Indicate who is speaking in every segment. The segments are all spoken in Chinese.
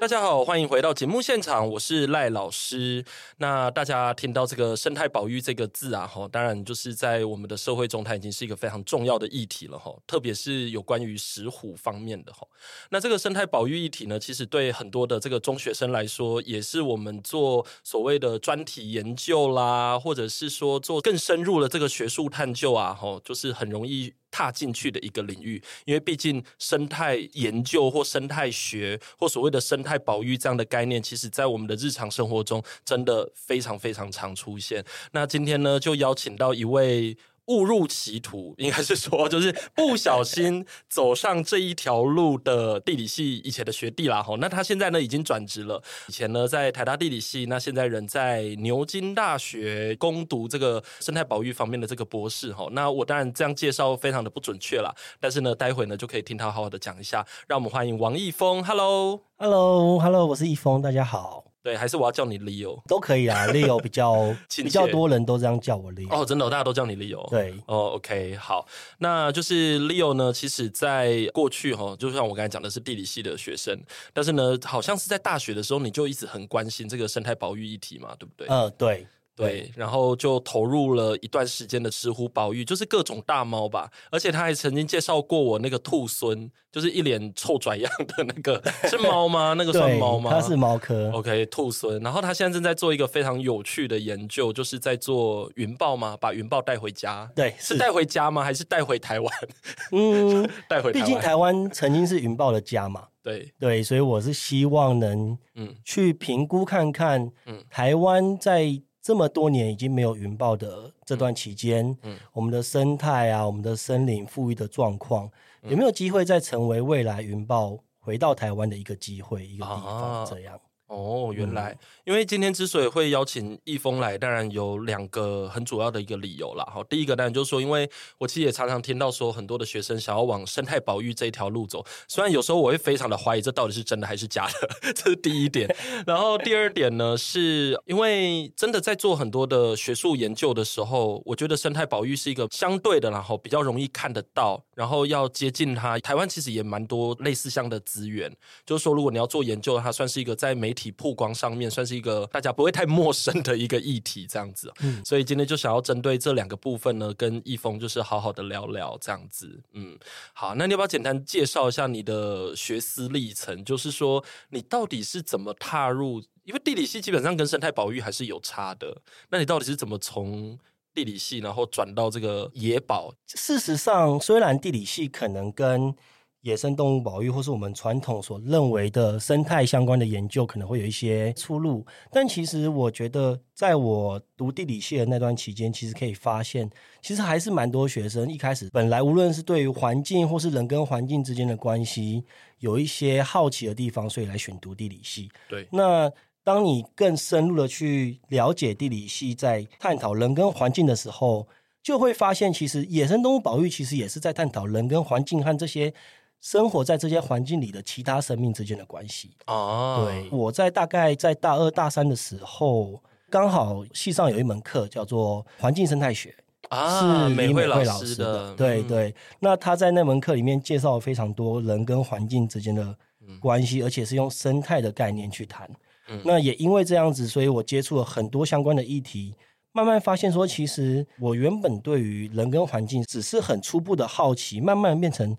Speaker 1: 大家好，欢迎回到节目现场，我是赖老师。那大家听到这个生态保育这个字啊，哈，当然就是在我们的社会中，它已经是一个非常重要的议题了，哈。特别是有关于石虎方面的哈。那这个生态保育议题呢，其实对很多的这个中学生来说，也是我们做所谓的专题研究啦，或者是说做更深入的这个学术探究啊，哈，就是很容易踏进去的一个领域，因为毕竟生态研究或生态学或所谓的生态保育这样的概念，其实在我们的日常生活中真的非常非常常出现。那今天呢，就邀请到一位。误入歧途，应该是说就是不小心走上这一条路的地理系以前的学弟啦。吼，那他现在呢已经转职了，以前呢在台大地理系，那现在人在牛津大学攻读这个生态保育方面的这个博士。吼，那我当然这样介绍非常的不准确啦，但是呢，待会呢就可以听他好好的讲一下。让我们欢迎王义峰，Hello，
Speaker 2: h e l l o h e l l o 我是易峰，大家好，
Speaker 1: 对，还是我要叫你 Leo
Speaker 2: 都可以 啊。Leo 比较
Speaker 1: 亲切
Speaker 2: 比较多人都这样叫我 Leo，、
Speaker 1: 哦，真的哦、大家都叫你 Leo，
Speaker 2: 对，
Speaker 1: 哦，OK，好，那就是 Leo 呢，其实在过去哈、就像我刚才讲的是地理系的学生，但是呢，好像是在大学的时候你就一直很关心这个生态保育议题嘛，对不对？
Speaker 2: 呃，对，
Speaker 1: 对，然后就投入了一段时间的石虎保育，就是各种大猫吧，而且他还曾经介绍过我那个兔孙，就是一脸臭拽样的那个，是猫吗？那个算
Speaker 2: 对
Speaker 1: 猫吗？哦
Speaker 2: 它是猫科，
Speaker 1: OK，兔孙，然后他现在正在做一个非常有趣的研究，就是在做云豹吗？把云豹带回家，
Speaker 2: 对，
Speaker 1: 是
Speaker 2: 是，
Speaker 1: 带回家吗？还是带回台湾？
Speaker 2: 嗯，
Speaker 1: 带回台
Speaker 2: 毕
Speaker 1: 湾？
Speaker 2: 竟台湾曾经是云豹的家嘛，
Speaker 1: 对，
Speaker 2: 对，所以我是希望能
Speaker 1: 嗯
Speaker 2: 去评估看看，
Speaker 1: 嗯
Speaker 2: 台湾在这么多年已经没有云豹的这段期间，
Speaker 1: 嗯
Speaker 2: 我们的生态啊，我们的森林富裕的状况，
Speaker 1: 嗯
Speaker 2: 有没有机会再成为未来云豹回到台湾的一个机会，一个地
Speaker 1: 啊
Speaker 2: 方这样？
Speaker 1: 哦，原来、因为今天之所以会邀请易峰来，当然有两个很主要的一个理由啦。好，第一个当然就是说，因为我其实也常常听到说，很多的学生想要往生态保育这一条路走，虽然有时候我会非常的怀疑这到底是真的还是假的， 这是第一点。然后第二点呢，是因为真的在做很多的学术研究的时候，我觉得生态保育是一个相对的，然后比较容易看得到，然后要接近它。台湾其实也蛮多类似像的资源，就是说，如果你要做研究，它算是一个在媒体曝光上面，算是一个大家不会太陌生的一个议题，这样子。哦
Speaker 2: 嗯
Speaker 1: 所以今天就想要针对这两个部分呢，跟易峰就是好好的聊聊这样子。嗯，好，那你要不要简单介绍一下你的学思历程？就是说，你到底是怎么踏入？因为地理系基本上跟生态保育还是有差的，那你到底是怎么从地理系然后转到这个野保？
Speaker 2: 事实上，虽然地理系可能跟野生动物保育，或是我们传统所认为的生态相关的研究，可能会有一些出入，但其实我觉得，在我读地理系的那段期间，其实可以发现，其实还是蛮多学生一开始本来无论是对于环境或是人跟环境之间的关系，有一些好奇的地方，所以来选读地理系。
Speaker 1: 对，
Speaker 2: 那当你更深入的去了解地理系在探讨人跟环境的时候，就会发现，其实野生动物保育其实也是在探讨人跟环境和这些生活在这些环境里的其他生命之间的关系。
Speaker 1: 啊，
Speaker 2: 对，，我在大概在大二大三的时候，刚好系上有一门课叫做环境生态学。
Speaker 1: 啊，
Speaker 2: 是李
Speaker 1: 惠
Speaker 2: 美
Speaker 1: 老
Speaker 2: 惠老
Speaker 1: 师
Speaker 2: 的，
Speaker 1: 的，
Speaker 2: 对
Speaker 1: 嗯，
Speaker 2: 对。那他在那门课里面介绍了非常多人跟环境之间的关系，而且是用生态的概念去谈。
Speaker 1: 嗯
Speaker 2: 那也因为这样子，所以我接触了很多相关的议题，慢慢发现说，其实我原本对于人跟环境只是很初步的好奇，慢慢变成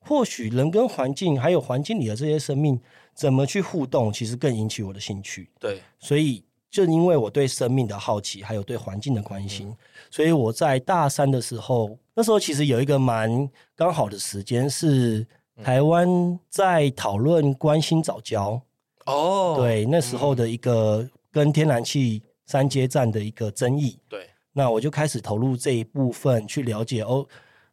Speaker 2: 或许人跟环境还有环境里的这些生命怎么去互动，其实更引起我的兴趣。
Speaker 1: 对，
Speaker 2: 所以就因为我对生命的好奇，还有对环境的关心，所以我在大三的时候，那时候其实有一个蛮刚好的时间是。台湾在讨论关心早教，
Speaker 1: 哦，
Speaker 2: 对那时候的一个跟天然气三阶站的一个争议，
Speaker 1: 对，
Speaker 2: 那我就开始投入这一部分去了解哦，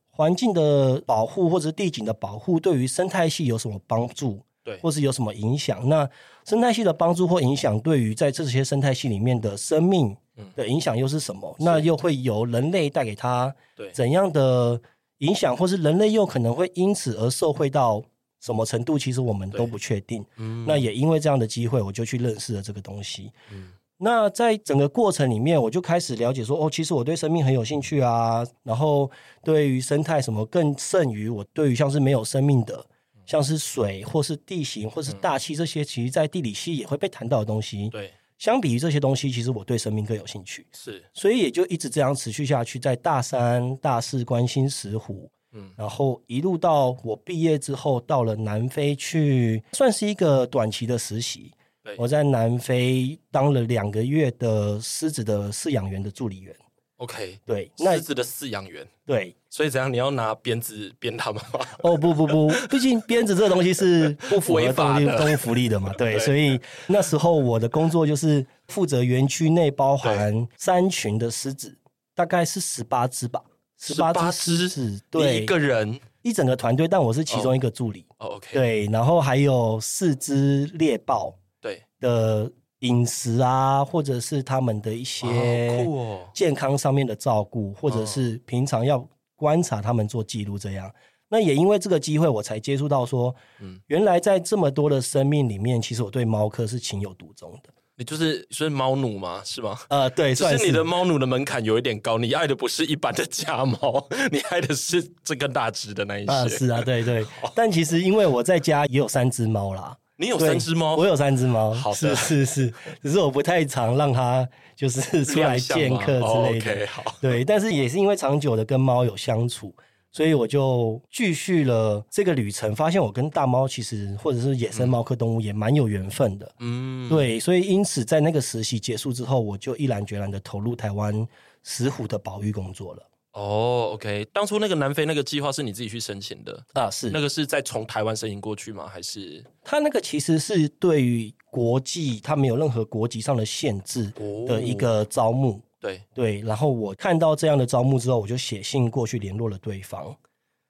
Speaker 2: 环境的保护或者是地景的保护对于生态系有什么帮助，
Speaker 1: 对
Speaker 2: 或是有什么影响？那生态系的帮助或影响对于在这些生态系里面的生命
Speaker 1: 嗯
Speaker 2: 的影响又是什么？那又会由人类带给它
Speaker 1: 对，
Speaker 2: 怎样的影响，或是人类又可能会因此而受惠到什么程度？其实我们都
Speaker 1: 对
Speaker 2: 不确定。
Speaker 1: 嗯
Speaker 2: 那也因为这样的机会，我就去认识了这个东西。
Speaker 1: 嗯
Speaker 2: 那在整个过程里面，我就开始了解说，哦，其实我对生命很有兴趣啊，然后对于生态什么更胜于我对于像是没有生命的，
Speaker 1: 嗯
Speaker 2: 像是水或是地形或是大气这些，其实在地理系也会被谈到的东西。
Speaker 1: 对，
Speaker 2: 相比于这些东西，其实我对生命更有兴趣，
Speaker 1: 是，
Speaker 2: 所以也就一直这样持续下去，在大三、大四关心石虎，
Speaker 1: 嗯，
Speaker 2: 然后一路到我毕业之后，到了南非去，算是一个短期的实习。
Speaker 1: 对
Speaker 2: 我在南非当了两个月的狮子的饲养员的助理员。
Speaker 1: ，OK，
Speaker 2: 对，那
Speaker 1: 狮子的饲养员，
Speaker 2: 对
Speaker 1: 所以怎样？你要拿鞭子鞭他们吗？
Speaker 2: 哦不不 不，毕竟鞭子这个东西是不符合
Speaker 1: 违
Speaker 2: 动
Speaker 1: 法
Speaker 2: 物
Speaker 1: 的
Speaker 2: 动物福利的嘛，对，
Speaker 1: 对
Speaker 2: 所以那时候我的工作就是负责园区内包含三群的狮子，大概是十八只吧，十八
Speaker 1: 18
Speaker 2: 只狮
Speaker 1: 只
Speaker 2: 子，
Speaker 1: 你
Speaker 2: 对
Speaker 1: 一，个人。
Speaker 2: 一整个团队，但我是其中一个助理，
Speaker 1: 哦，OK，
Speaker 2: 对，然后还有四只猎豹
Speaker 1: 对
Speaker 2: 的饮食啊，或者是他们的一些、
Speaker 1: 哦好酷哦，嗯
Speaker 2: 健康上面的照顾，或者是平常要观察他们做记录这样。那也因为这个机会，我才接触到说，
Speaker 1: 嗯
Speaker 2: 原来在这么多的生命里面，其实我对猫科是情有独钟的。
Speaker 1: 你就是所以猫奴嘛，是吗？
Speaker 2: 呃，对，
Speaker 1: 只
Speaker 2: 算
Speaker 1: 是你的猫奴的门槛有一点高，你爱的不是一般的家猫，你爱的是这更大只的那一
Speaker 2: 啊、
Speaker 1: 些。
Speaker 2: 是啊，对 对。
Speaker 1: 哦
Speaker 2: 但其实因为我在家也有三只猫啦，
Speaker 1: 你有
Speaker 2: 对
Speaker 1: 哦三只猫，
Speaker 2: 我有三只猫，
Speaker 1: 好
Speaker 2: 是
Speaker 1: 的
Speaker 2: 是是，只是我不太常让它就是出来
Speaker 1: 亮相
Speaker 2: 见
Speaker 1: 吗
Speaker 2: 客之类
Speaker 1: 哦、
Speaker 2: 的。
Speaker 1: OK，好，
Speaker 2: 对，但是也是因为长久的跟猫有相处，所以我就继续了这个旅程，发现我跟大猫其实或者是野生猫科动物也蛮有缘分的。
Speaker 1: 嗯，
Speaker 2: 对，所以因此在那个实习结束之后，我就毅然决然的投入台湾石虎的保育工作了。
Speaker 1: 哦，OK，当初那个南非那个计划是你自己去申请的，
Speaker 2: 啊，是
Speaker 1: 那个是在从台湾申请过去吗？还是
Speaker 2: 它那个其实是对于国际，它没有任何国籍上的限制的一个招募。
Speaker 1: 哦对
Speaker 2: 对，然后我看到这样的招募之后，我就写信过去联络了对方。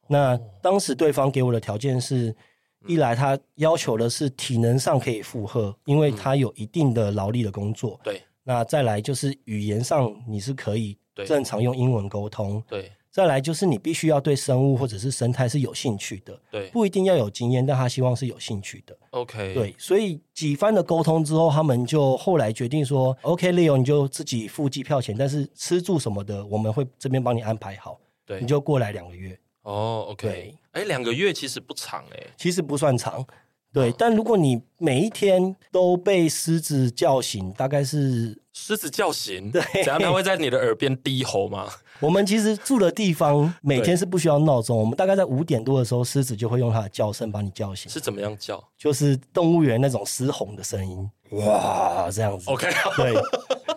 Speaker 2: 那当时对方给我的条件是，一来他要求的是体能上可以负荷，因为他有一定的劳力的工作；
Speaker 1: 对
Speaker 2: 那再来就是语言上你是可以
Speaker 1: 对
Speaker 2: 正常用英文沟通；
Speaker 1: 对
Speaker 2: 再来就是你必须要对生物或者是生态是有兴趣的，
Speaker 1: 对
Speaker 2: 不一定要有经验，但他希望是有兴趣的。
Speaker 1: ，OK，
Speaker 2: 对，所以几番的沟通之后，他们就后来决定说，OK，Leo 你就自己付机票钱，但是吃住什么的，我们会这边帮你安排好，
Speaker 1: 对，
Speaker 2: 你就过来两个月，
Speaker 1: 哦，OK，
Speaker 2: 对
Speaker 1: 哎，两个月其实不长哎、
Speaker 2: 其实不算长。对，
Speaker 1: 啊
Speaker 2: 但如果你每一天都被狮子叫醒，大概是
Speaker 1: 狮子叫醒，对，怎样？它会在你的耳边低吼吗？
Speaker 2: 我们其实住的地方每天是不需要闹钟，我们大概在五点多的时候，狮子就会用它的叫声把你叫醒，
Speaker 1: 是怎么样叫
Speaker 2: 就是动物园那种狮吼的声音，哇，这样 子。
Speaker 1: ？OK，
Speaker 2: 对，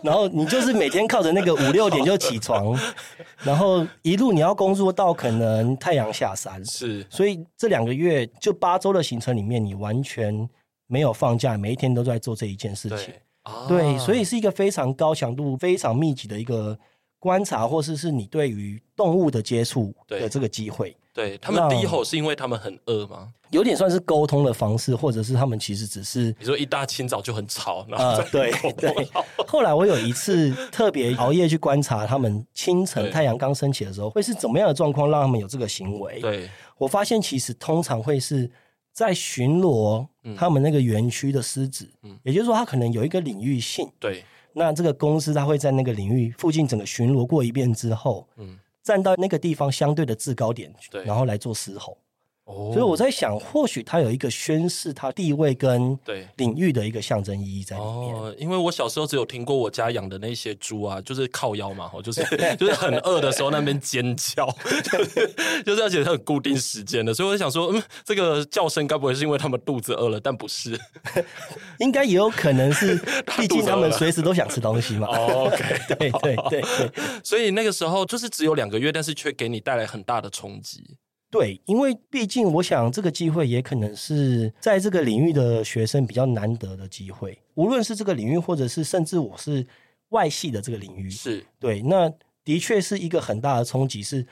Speaker 2: 然后你就是每天靠着那个五六点就起床， 然后一路你要工作到可能太阳下山，
Speaker 1: 是
Speaker 2: 所以这两个月就八周的行程里面，你完全没有放假，每一天都在做这一件事情。
Speaker 1: 对啊
Speaker 2: 对，所以是一个非常高强度、非常密集的一个观察，或是是你对于动物的接触的
Speaker 1: 对
Speaker 2: 这个机会，
Speaker 1: 对他们
Speaker 2: 让
Speaker 1: 低吼是因为他们很饿吗？
Speaker 2: 有点算是沟通的方式，或者是他们其实只是
Speaker 1: 你说一大清早就很吵， 然后
Speaker 2: 啊，
Speaker 1: 在
Speaker 2: 对
Speaker 1: 吼
Speaker 2: 对。 后来我有一次特别熬夜去观察他们清晨
Speaker 1: 对
Speaker 2: 太阳刚升起的时候，会是怎么样的状况让他们有这个行为？
Speaker 1: 对
Speaker 2: 我发现其实通常会是在巡逻
Speaker 1: 嗯
Speaker 2: 他们那个园区的狮子，也就是说，它可能有一个领域性。
Speaker 1: 对
Speaker 2: 那这个公司它会在那个领域附近整个巡逻过一遍之后，
Speaker 1: 嗯
Speaker 2: 站到那个地方相对的制高点去
Speaker 1: 对，
Speaker 2: 然后来做狮吼。
Speaker 1: 哦，
Speaker 2: 所以我在想，或许它有一个宣示它地位跟
Speaker 1: 对。
Speaker 2: 领域的一个象征意义在里面。
Speaker 1: 哦，因为我小时候只有听过我家养的那些猪啊，就是靠腰嘛，吼，就是 就是很饿的时候那边尖叫， 就是就是而且它很固定时间的，所以我就想说，嗯，这个叫声该不会是因为它们肚子饿了？但不是
Speaker 2: 应该也有可能是， 毕
Speaker 1: 肚
Speaker 2: 竟
Speaker 1: 子
Speaker 2: 他
Speaker 1: 饿
Speaker 2: 们
Speaker 1: 了
Speaker 2: 随时都想吃东西嘛。
Speaker 1: 哦，OK，
Speaker 2: 对对对对
Speaker 1: 所以那个时候就是只有两个月，但是却给你带来很大的冲击。
Speaker 2: 对，因为毕竟我想这个机会也可能是在这个领域的学生比较难得的机会，无论是这个领域，或者是甚至我是外系的这个领域，
Speaker 1: 是
Speaker 2: 对，那的确是一个很大的冲击。是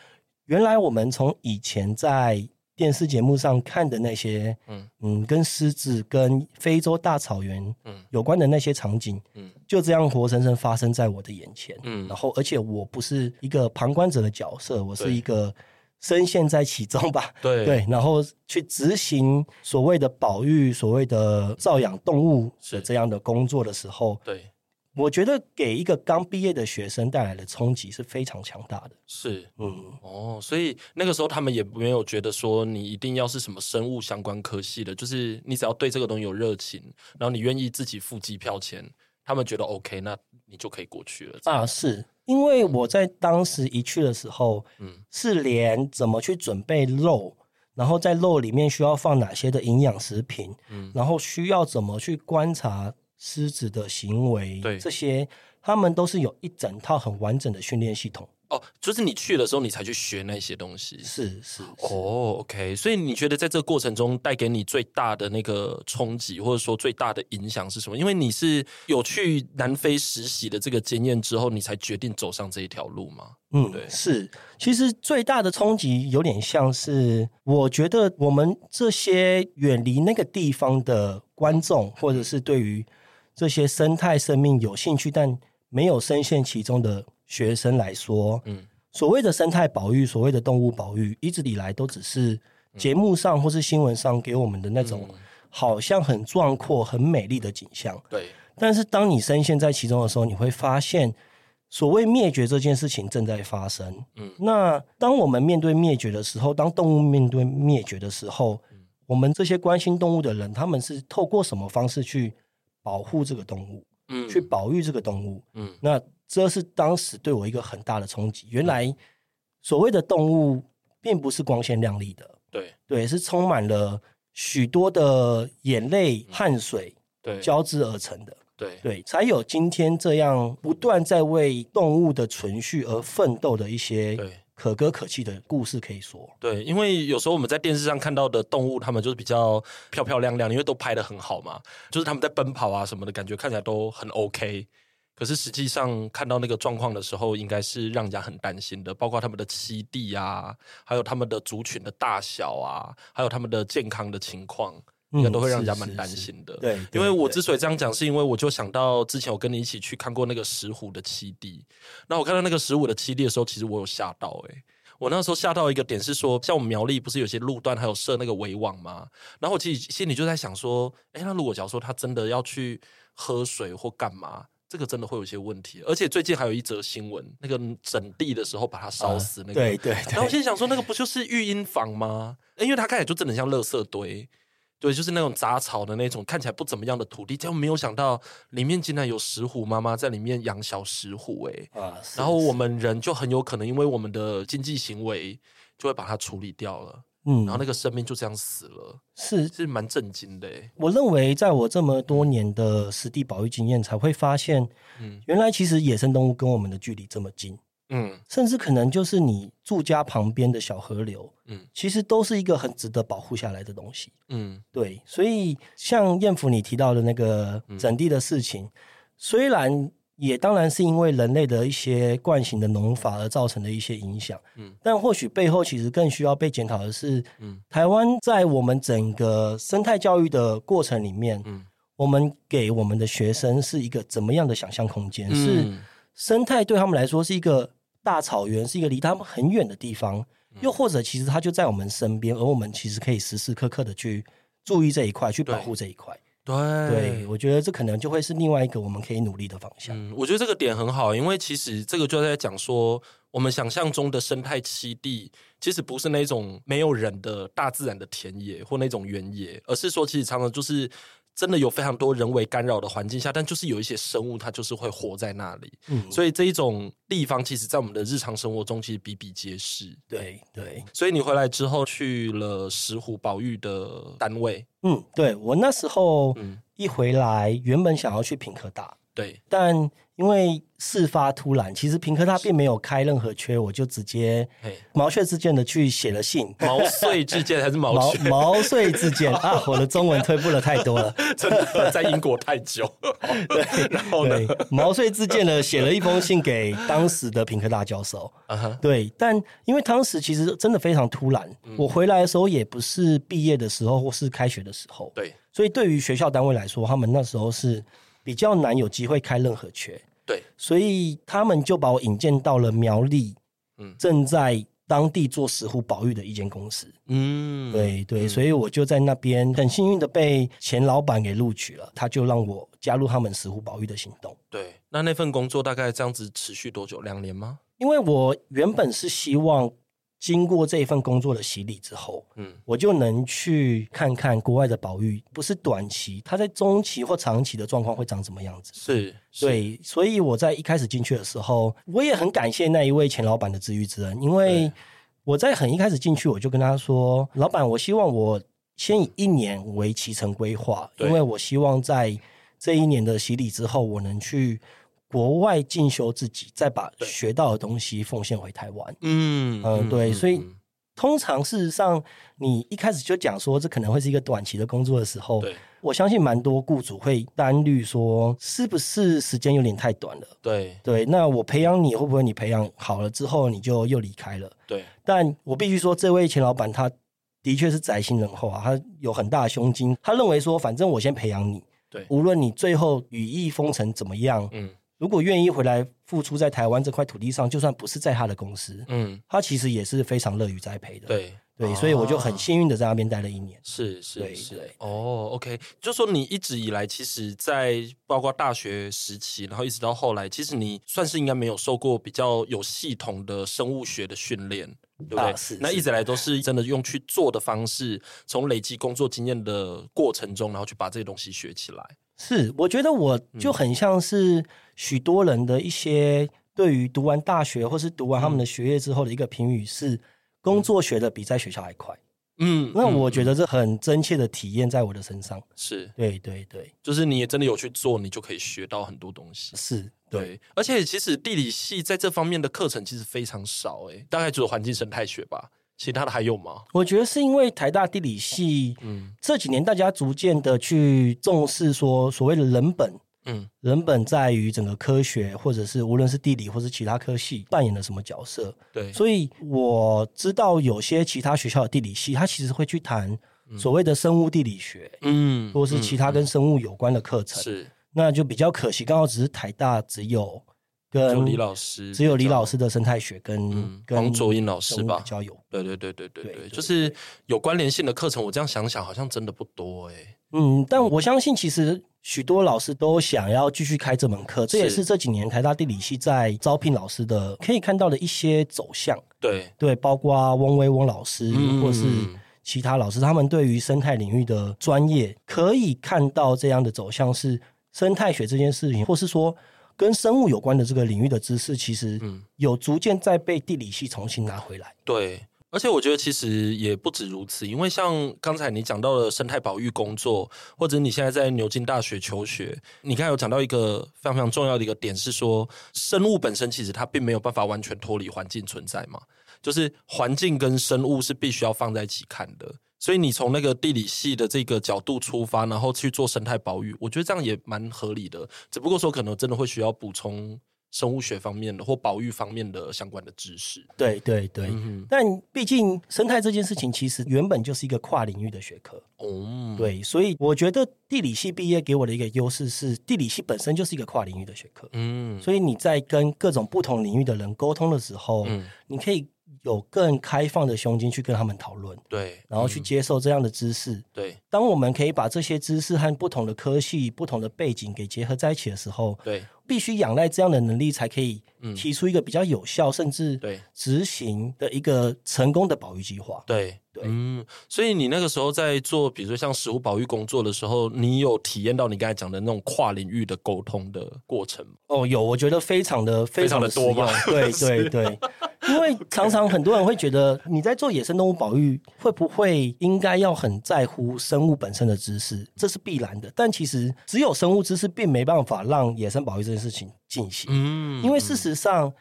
Speaker 2: 原来我们从以前在电视节目上看的那些，嗯
Speaker 1: 嗯
Speaker 2: 嗯，跟狮子、跟非洲大草原，嗯
Speaker 1: 嗯，
Speaker 2: 有关的那些场景，嗯
Speaker 1: 嗯，
Speaker 2: 就这样活生生发生在我的眼前，嗯，
Speaker 1: 嗯
Speaker 2: 然后而且我不是一个旁观者的角色，我是
Speaker 1: 对
Speaker 2: 一个深陷在其中吧，
Speaker 1: 对
Speaker 2: 对，然后去执行所谓的保育、所谓的照养动物的
Speaker 1: 是
Speaker 2: 这样的工作的时候，
Speaker 1: 对
Speaker 2: 我觉得给一个刚毕业的学生带来的冲击是非常强大的。
Speaker 1: 是
Speaker 2: 嗯，
Speaker 1: 哦，所以那个时候他们也没有觉得说你一定要是什么生物相关科系的，就是你只要对这个东西有热情，然后你愿意自己付机票钱，他们觉得 OK，那你就可以过去了。
Speaker 2: 啊，是因为我在当时一去的时候，
Speaker 1: 嗯
Speaker 2: 是连怎么去准备肉，然后在肉里面需要放哪些的营养食品，
Speaker 1: 嗯，
Speaker 2: 然后需要怎么去观察狮子的行为，
Speaker 1: 对
Speaker 2: 这些他们都是有一整套很完整的训练系统。
Speaker 1: 哦，就是你去的时候你才去学那些东西。
Speaker 2: 是是哦，
Speaker 1: 哦，OK，所以你觉得在这个过程中带给你最大的那个冲击，或者说最大的影响是什么？因为你是有去南非实习的这个经验之后，你才决定走上这一条路吗？
Speaker 2: 嗯，
Speaker 1: 对
Speaker 2: 是。其实最大的冲击有点像是，我觉得我们这些远离那个地方的观众，或者是对于这些生态生命有兴趣但没有深陷其中的学生来说，
Speaker 1: 嗯，
Speaker 2: 所谓的生态保育，所谓的动物保育，一直以来都只是节目上或是新闻上给我们的那种好像很壮阔、很美丽的景象。
Speaker 1: 对，
Speaker 2: 但是当你深陷在其中的时候，你会发现，所谓灭绝这件事情正在发生。
Speaker 1: 嗯
Speaker 2: 那当我们面对灭绝的时候，当动物面对灭绝的时候，我们这些关心动物的人，他们是透过什么方式去保护这个动物，
Speaker 1: 嗯
Speaker 2: 去保育这个动物？
Speaker 1: 嗯
Speaker 2: 那这是当时对我一个很大的冲击。原
Speaker 1: 嗯
Speaker 2: 来所谓的动物，并不是光鲜亮丽的，
Speaker 1: 对
Speaker 2: 对，是充满了许多的眼泪、汗水
Speaker 1: 嗯对
Speaker 2: 交织而成的。
Speaker 1: 对
Speaker 2: 对，才有今天这样不断在为动物的存续而奋斗的一些
Speaker 1: 对
Speaker 2: 可歌可泣的故事可以说。
Speaker 1: 对，因为有时候我们在电视上看到的动物，它们就是比较漂漂亮亮，因为都拍的很好嘛，就是他们在奔跑啊什么的感觉看起来都很 OK。可是实际上看到那个状况的时候，应该是让人家很担心的，包括他们的栖地啊，还有他们的族群的大小啊，还有他们的健康的情况，应
Speaker 2: 嗯
Speaker 1: 该都会让人家蛮担心的。
Speaker 2: 对，
Speaker 1: 因为我
Speaker 2: 对
Speaker 1: 之所以这样讲，是因为我就想到之前我跟你一起去看过那个石虎的栖地，那我看到那个石虎的栖地的时候，其实我有吓到诶、欸我那时候吓到一个点是说，像我们苗栗不是有些路段还有设那个围网吗？然后我其实心里就在想说，诶，那如果假如说他真的要去喝水或干嘛，这个真的会有一些问题。而且最近还有一则新闻，那个整地的时候把它
Speaker 2: 啊
Speaker 1: 烧死那个，
Speaker 2: 对 对
Speaker 1: 然后我
Speaker 2: 对，
Speaker 1: 心里想说，那个不就是育婴房吗？因为它看起来就真的很像垃圾堆，对，就是那种杂草的那种看起来不怎么样的土地。结果没有想到里面竟然有石虎妈妈在里面养小石虎、欸，
Speaker 2: 啊，是
Speaker 1: 然后我
Speaker 2: 是
Speaker 1: 们人就很有可能因为我们的经济行为就会把它处理掉了，
Speaker 2: 嗯，
Speaker 1: 然后那个生命就这样死了，
Speaker 2: 是
Speaker 1: 是蛮震惊的、欸，
Speaker 2: 我认为，在我这么多年的实地保育经验，才会发现，
Speaker 1: 嗯
Speaker 2: 原来其实野生动物跟我们的距离这么近，
Speaker 1: 嗯
Speaker 2: 甚至可能就是你住家旁边的小河流，
Speaker 1: 嗯
Speaker 2: 其实都是一个很值得保护下来的东西。
Speaker 1: 嗯，
Speaker 2: 对，所以像燕福你提到的那个
Speaker 1: 嗯
Speaker 2: 整地的事情，虽然也当然是因为人类的一些惯性的农法而造成的一些影响，
Speaker 1: 嗯
Speaker 2: 但或许背后其实更需要被检讨的是，
Speaker 1: 嗯
Speaker 2: 台湾在我们整个生态教育的过程里面，
Speaker 1: 嗯
Speaker 2: 我们给我们的学生是一个怎么样的想象空间？是
Speaker 1: 嗯
Speaker 2: 生态对他们来说是一个大草原，是一个离他们很远的地方，
Speaker 1: 嗯
Speaker 2: 又或者其实它就在我们身边，而我们其实可以时时刻刻的去注意这一块，去保护这一块。
Speaker 1: 对
Speaker 2: 对，我觉得这可能就会是另外一个我们可以努力的方向。
Speaker 1: 嗯，我觉得这个点很好，因为其实这个就在讲说，我们想象中的生态栖地，其实不是那种没有人的大自然的田野或那种原野，而是说，其实常常就是真的有非常多人为干扰的环境下，但就是有一些生物，它就是会活在那里。
Speaker 2: 嗯，
Speaker 1: 所以这一种地方，其实在我们的日常生活中，其实比比皆是。
Speaker 2: 对对，
Speaker 1: 所以你回来之后去了石虎保育的单位，
Speaker 2: 嗯，对我那时候
Speaker 1: 嗯
Speaker 2: 一回来，原本想要去平科大，
Speaker 1: 对，
Speaker 2: 但因为事发突然，其实平科大并没有开任何缺，我就直接
Speaker 1: 嘿，
Speaker 2: 毛遂自荐的去写了信。
Speaker 1: 毛遂自荐还是毛
Speaker 2: 毛
Speaker 1: 遂？
Speaker 2: 毛遂自荐啊！我的中文退步了太多了。
Speaker 1: 真的在英国太久， 然后呢
Speaker 2: 对？，毛遂自荐的写了一封信给当时的平科大教授。
Speaker 1: 啊哈，
Speaker 2: 对，但因为当时其实真的非常突然，
Speaker 1: 嗯
Speaker 2: 我回来的时候也不是毕业的时候或是开学的时候，
Speaker 1: 对
Speaker 2: 所以对于学校单位来说，他们那时候是比较难有机会开任何缺，
Speaker 1: 对，
Speaker 2: 所以他们就把我引荐到了苗栗，
Speaker 1: 嗯
Speaker 2: 正在当地做石虎保育的一间公司。
Speaker 1: 嗯，
Speaker 2: 对对，所以我就在那边很幸运的被前老板给录取了，他就让我加入他们石虎保育的行动。
Speaker 1: 对。那那份工作大概这样子持续多久？两年吗？
Speaker 2: 因为我原本是希望经过这一份工作的洗礼之后，
Speaker 1: 嗯，
Speaker 2: 我就能去看看国外的保育，不是短期，它在中期或长期的状况会长什么样子。
Speaker 1: 是，是，
Speaker 2: 对，所以我在一开始进去的时候，我也很感谢那一位前老板的知遇之恩，因为
Speaker 1: 对
Speaker 2: 我在很一开始进去，我就跟他说：“老板，我希望我先以一年为期程规划，
Speaker 1: 对
Speaker 2: 因为我希望在这一年的洗礼之后，我能去国外进修自己，再把
Speaker 1: 对
Speaker 2: 学到的东西奉献回台湾。”
Speaker 1: 嗯
Speaker 2: 呃对所以
Speaker 1: 嗯
Speaker 2: 通常事实上，你一开始就讲说这可能会是一个短期的工作的时候，
Speaker 1: 对
Speaker 2: 我相信蛮多雇主会担虑说是不是时间有点太短了。
Speaker 1: 对
Speaker 2: 对，那我培养你会不会你培养好了之后你就又离开了？
Speaker 1: 对，
Speaker 2: 但我必须说，这位前老板他的确是宅心仁厚啊，他有很大的胸襟，他认为说反正我先培养你，
Speaker 1: 对
Speaker 2: 无论你最后羽翼丰城怎么样，
Speaker 1: 嗯
Speaker 2: 如果愿意回来付出在台湾这块土地上，就算不是在他的公司，
Speaker 1: 嗯，
Speaker 2: 他其实也是非常乐于栽培的。
Speaker 1: 对
Speaker 2: 对，所以我就很
Speaker 1: 啊
Speaker 2: 幸运的在那边待了一年。
Speaker 1: 是是
Speaker 2: 对
Speaker 1: 是
Speaker 2: 对，
Speaker 1: 哦，OK，就说你一直以来，其实，在包括大学时期，然后一直到后来，其实你算是应该没有受过比较有系统的生物学的训练，对不对？
Speaker 2: 啊是
Speaker 1: 那
Speaker 2: 是
Speaker 1: 一直来都是真的用去做的方式，从累积工作经验的过程中，然后去把这些东西学起来。
Speaker 2: 是，我觉得我就很像是许多人的一些对于读完大学或是读完他们的学业之后的一个评语是，工作学的比在学校还快。
Speaker 1: 嗯，
Speaker 2: 那
Speaker 1: 嗯
Speaker 2: 我觉得这很真切的体验在我的身上。
Speaker 1: 是，
Speaker 2: 对对对，
Speaker 1: 就是你也真的有去做，你就可以学到很多东西。
Speaker 2: 是，对
Speaker 1: 对，而且其实地理系在这方面的课程其实非常少、欸，大概只有环境生态学吧，其他的还有吗？
Speaker 2: 我觉得是因为台大地理系
Speaker 1: 嗯
Speaker 2: 这几年大家逐渐的去重视说所谓的人本。
Speaker 1: 嗯，
Speaker 2: 人本在于整个科学，或者是无论是地理或是其他科系扮演了什么角色，
Speaker 1: 对，
Speaker 2: 所以我知道有些其他学校的地理系，它其实会去谈所谓的生物地理学，
Speaker 1: 嗯
Speaker 2: 或是其他跟生物有关的课程。
Speaker 1: 是
Speaker 2: 那就比较可惜，刚好只是台大只有跟
Speaker 1: 就李老师，
Speaker 2: 只有李老师的生态学跟、
Speaker 1: 嗯
Speaker 2: 跟
Speaker 1: 黄卓英老师
Speaker 2: 生物
Speaker 1: 吧
Speaker 2: 比较有，
Speaker 1: 对对对对对
Speaker 2: 对
Speaker 1: 对，
Speaker 2: 对
Speaker 1: 就是有关联性的课程，我这样想想好像真的不多哎、
Speaker 2: 嗯，但我相信其实。许多老师都想要继续开这门课，这也
Speaker 1: 是
Speaker 2: 是这几年台大地理系在招聘老师的可以看到的一些走向。
Speaker 1: 对，
Speaker 2: 对，包括翁威翁老师、
Speaker 1: 嗯
Speaker 2: 或是其他老师，他们对于生态领域的专业，可以看到这样的走向是生态学这件事情，或是说跟生物有关的这个领域的知识，其实
Speaker 1: 嗯
Speaker 2: 有逐渐在被地理系重新拿回来。
Speaker 1: 对。而且我觉得其实也不止如此，因为像刚才你讲到的生态保育工作，或者你现在在牛津大学求学，你刚才有讲到一个非常非常重要的一个点是说，生物本身其实它并没有办法完全脱离环境存在嘛，就是环境跟生物是必须要放在一起看的。所以你从那个地理系的这个角度出发，然后去做生态保育，我觉得这样也蛮合理的。只不过说可能真的会需要补充生物学方面的或保育方面的相关的知识。
Speaker 2: 对对对，
Speaker 1: 嗯
Speaker 2: 但毕竟生态这件事情，其实原本就是一个跨领域的学科。
Speaker 1: 哼，哦，
Speaker 2: 对，所以我觉得地理系毕业给我的一个优势是，地理系本身就是一个跨领域的学科。
Speaker 1: 嗯，
Speaker 2: 所以你在跟各种不同领域的人沟通的时候，
Speaker 1: 嗯
Speaker 2: 你可以有更开放的胸襟去跟他们讨论，
Speaker 1: 对，
Speaker 2: 然后去
Speaker 1: 嗯
Speaker 2: 接受这样的知识。
Speaker 1: 对
Speaker 2: 当我们可以把这些知识和不同的科系、不同的背景给结合在一起的时候，
Speaker 1: 对嗯
Speaker 2: 必须仰赖这样的能力，才可以提出一个比较有效，甚至
Speaker 1: 对
Speaker 2: 执行的一个成功的保育计划。
Speaker 1: 对
Speaker 2: 对
Speaker 1: 嗯，所以你那个时候在做，比如说像食物保育工作的时候，你有体验到你刚才讲的那种跨领域的沟通的过程吗？
Speaker 2: 哦，有，我觉得非常的非
Speaker 1: 常
Speaker 2: 常
Speaker 1: 地
Speaker 2: 的
Speaker 1: 多吧
Speaker 2: 实用对对对，因为常常很多人会觉得你在做野生动物保育，会不会应该要很在乎生物本身的知识？这是必然的，但其实只有生物知识并没办法让野生保育这件事情进行，
Speaker 1: 嗯
Speaker 2: 因为事实上。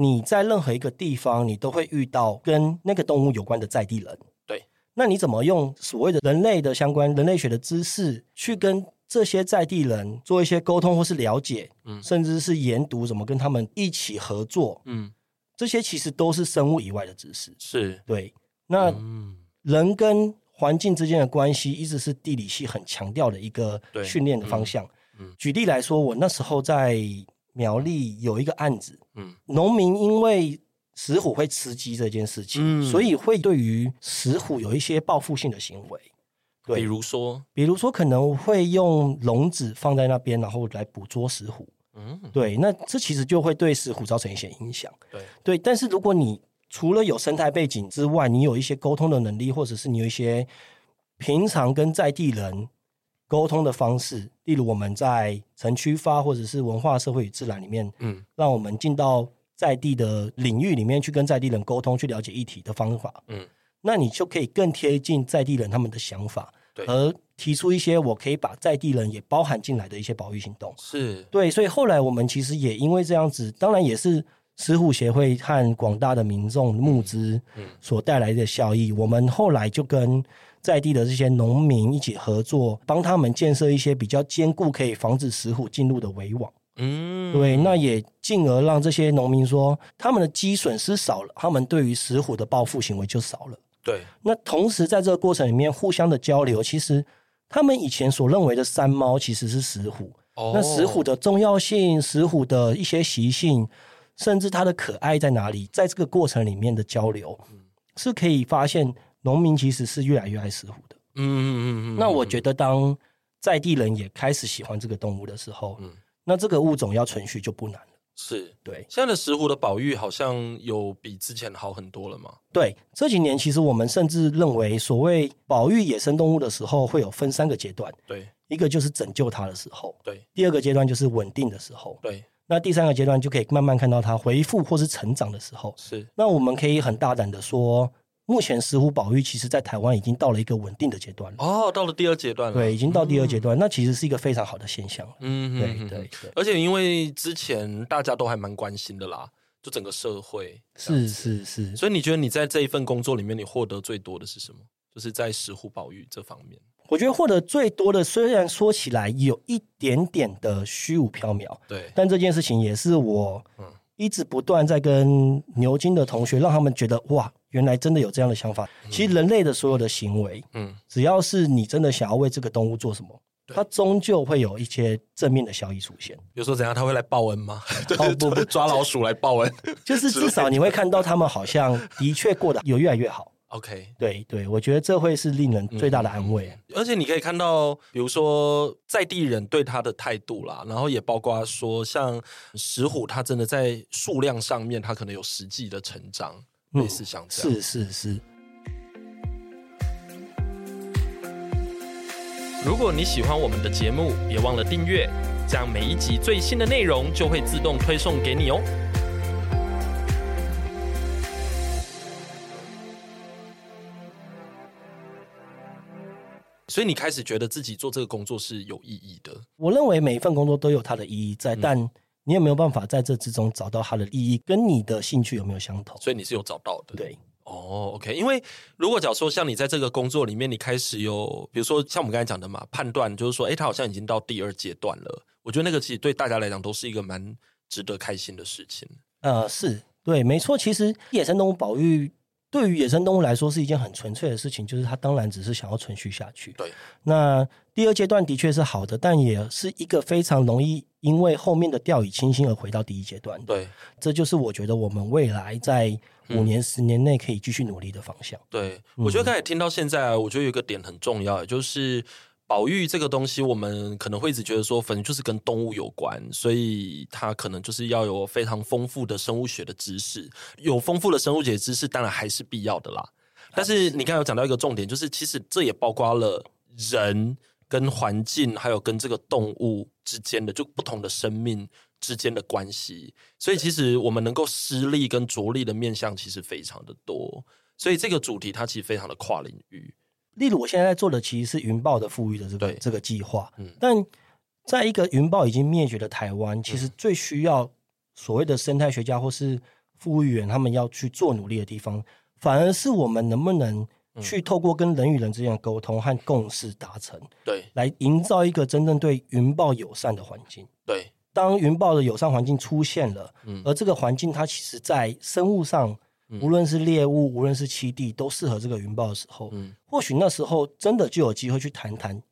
Speaker 2: 你在任何一个地方，你都会遇到跟那个动物有关的在地人。
Speaker 1: 对，
Speaker 2: 那你怎么用所谓的人类的相关人类学的知识，去跟这些在地人做一些沟通或是了解，
Speaker 1: 嗯
Speaker 2: 甚至是研读怎么跟他们一起合作，
Speaker 1: 嗯
Speaker 2: 这些其实都是生物以外的知识。
Speaker 1: 是
Speaker 2: 对，那
Speaker 1: 嗯
Speaker 2: 人跟环境之间的关系一直是地理系很强调的一个
Speaker 1: 对
Speaker 2: 训练的方向。
Speaker 1: 嗯嗯
Speaker 2: 举例来说，我那时候在苗栗有一个案子，
Speaker 1: 嗯
Speaker 2: 农民因为石虎会吃鸡这件事情，
Speaker 1: 嗯
Speaker 2: 所以会对于石虎有一些报复性的行为。对
Speaker 1: 比如说
Speaker 2: 比如说可能会用笼子放在那边，然后来捕捉石虎。
Speaker 1: 嗯，
Speaker 2: 对，那这其实就会对石虎造成一些影响。
Speaker 1: 对，
Speaker 2: 对，但是如果你除了有生态背景之外，你有一些沟通的能力，或者是你有一些平常跟在地人沟通的方式，例如我们在城区发或者是文化社会与自然里面，
Speaker 1: 嗯，
Speaker 2: 让我们进到在地的领域里面去跟在地人沟通，去了解议题的方法，
Speaker 1: 嗯，
Speaker 2: 那你就可以更贴近在地人他们的想法，
Speaker 1: 对
Speaker 2: 而提出一些我可以把在地人也包含进来的一些保育行动。
Speaker 1: 是，
Speaker 2: 对，所以后来我们其实也因为这样子，当然也是石虎协会和广大的民众募资
Speaker 1: 嗯
Speaker 2: 所带来的效益。我们后来就跟在地的这些农民一起合作，帮他们建设一些比较坚固、可以防止石虎进入的围网。
Speaker 1: 嗯，
Speaker 2: 对，那也进而让这些农民说，他们的鸡损失少了，他们对于石虎的报复行为就少了。
Speaker 1: 对，
Speaker 2: 那同时在这个过程里面互相的交流，其实他们以前所认为的山猫其实是石虎，
Speaker 1: 哦
Speaker 2: 那石虎的重要性、石虎的一些习性，甚至它的可爱在哪里，在这个过程里面的交流，
Speaker 1: 嗯
Speaker 2: 是可以发现农民其实是越来越爱石虎的。
Speaker 1: 嗯，嗯嗯嗯嗯，
Speaker 2: 那我觉得，当在地人也开始喜欢这个动物的时候，
Speaker 1: 嗯
Speaker 2: 那这个物种要存续就不难了。
Speaker 1: 是
Speaker 2: 对
Speaker 1: 现在的石虎的保育好像有比之前好很多了嘛？
Speaker 2: 对，这几年其实我们甚至认为，所谓保育野生动物的时候，会有分三个阶段，
Speaker 1: 对
Speaker 2: 一个就是拯救它的时候，
Speaker 1: 对
Speaker 2: 第二个阶段就是稳定的时候，
Speaker 1: 对，
Speaker 2: 那第三个阶段就可以慢慢看到它恢复或是成长的时候。
Speaker 1: 是
Speaker 2: 那我们可以很大胆的说，目前石虎保育其实在台湾已经到了一个稳定的阶段了，
Speaker 1: 哦，到了第二阶段了，
Speaker 2: 对，已经到第二阶段，那其实是一个非常好的现象了。
Speaker 1: 嗯，嗯
Speaker 2: 对
Speaker 1: 嗯
Speaker 2: 对
Speaker 1: 嗯
Speaker 2: 对，
Speaker 1: 而且因为之前大家都还蛮关心的啦，就整个社会这样
Speaker 2: 是
Speaker 1: 子，
Speaker 2: 是是，
Speaker 1: 所以你觉得你在这一份工作里面，你获得最多的是什么？就是在石虎保育这方面，
Speaker 2: 我觉得获得最多的，虽然说起来有一点点的虚无缥缈，
Speaker 1: 对，
Speaker 2: 但这件事情也是我
Speaker 1: 嗯
Speaker 2: 一直不断在跟牛津的同学，让他们觉得哇，原来真的有这样的想法。其实人类的所有的行为，
Speaker 1: 嗯，
Speaker 2: 只要是你真的想要为这个动物做什么，
Speaker 1: 对
Speaker 2: 它终究会有一些正面的效益出 现。
Speaker 1: 比如说怎样，他会来报恩吗？就是
Speaker 2: 哦不不
Speaker 1: 抓老鼠来报恩。
Speaker 2: 就是至少你会看到他们好像的确过得有越来越好。
Speaker 1: OK，
Speaker 2: 对对，我觉得这会是令人最大的安慰。
Speaker 1: 而且你可以看到，比如说在地人对它的态度啦，然后也包括说，像石虎，它真的在数量上面，它可能有实际的成长，
Speaker 2: 嗯
Speaker 1: 类似像这样。
Speaker 2: 是是是，
Speaker 1: 如果你喜欢我们的节目，别忘了订阅，这样每一集最新的内容就会自动推送给你哦。所以你开始觉得自己做这个工作是有意义的，
Speaker 2: 我认为每一份工作都有它的意义在，
Speaker 1: 嗯
Speaker 2: 但你有没有办法在这之中找到它的意义，跟你的兴趣有没有相同？
Speaker 1: 所以你是有找到的。
Speaker 2: 对，
Speaker 1: 哦，OK，因为如果假如说像你在这个工作里面，你开始有，比如说像我们刚才讲的嘛，判断就是说，诶，他好像已经到第二阶段了。我觉得那个其实对大家来讲都是一个蛮值得开心的事情。
Speaker 2: 呃，是对，没错。其实野生动物保育对于野生动物来说是一件很纯粹的事情，就是它当然只是想要存续下去。
Speaker 1: 对，
Speaker 2: 那第二阶段的确是好的，但也是一个非常容易因为后面的掉以轻心而回到第一阶段的。
Speaker 1: 对嗯
Speaker 2: 这就是我觉得我们未来在五年、十年内可以继续努力的方向。
Speaker 1: 对，我觉得刚才听到现在啊，我觉得有一个点很重要，就是保育这个东西，我们可能会一直觉得说，反正就是跟动物有关，所以它可能就是要有非常丰富的生物学的知识，有丰富的生物学知识，当然还是必要的啦。但是你刚才有讲到一个重点，就是其实这也包括了人跟环境，还有跟这个动物之间的就不同的生命之间的关系。所以其实我们能够施力跟着力的面向其实非常的多。所以这个主题它其实非常的跨领域。
Speaker 2: 例如，我现在在做的其实是云豹的富裕的这个
Speaker 1: 对
Speaker 2: 这个计划，
Speaker 1: 嗯
Speaker 2: 但在一个云豹已经灭绝的台湾，其实
Speaker 1: 嗯
Speaker 2: 最需要所谓的生态学家或是富裕员他们要去做努力的地方，反而是我们能不能
Speaker 1: 嗯
Speaker 2: 去透过跟人与人之间的沟通和共识达成，
Speaker 1: 对
Speaker 2: 来营造一个真正对云豹友善的环境。
Speaker 1: 对，
Speaker 2: 当云豹的友善环境出现了，
Speaker 1: 嗯
Speaker 2: 而这个环境它其实在生物上，
Speaker 1: 嗯
Speaker 2: 无论是猎物，无论是栖地，都适合这个云豹的时候，
Speaker 1: 嗯，
Speaker 2: 或许那时候真的就有机会去谈谈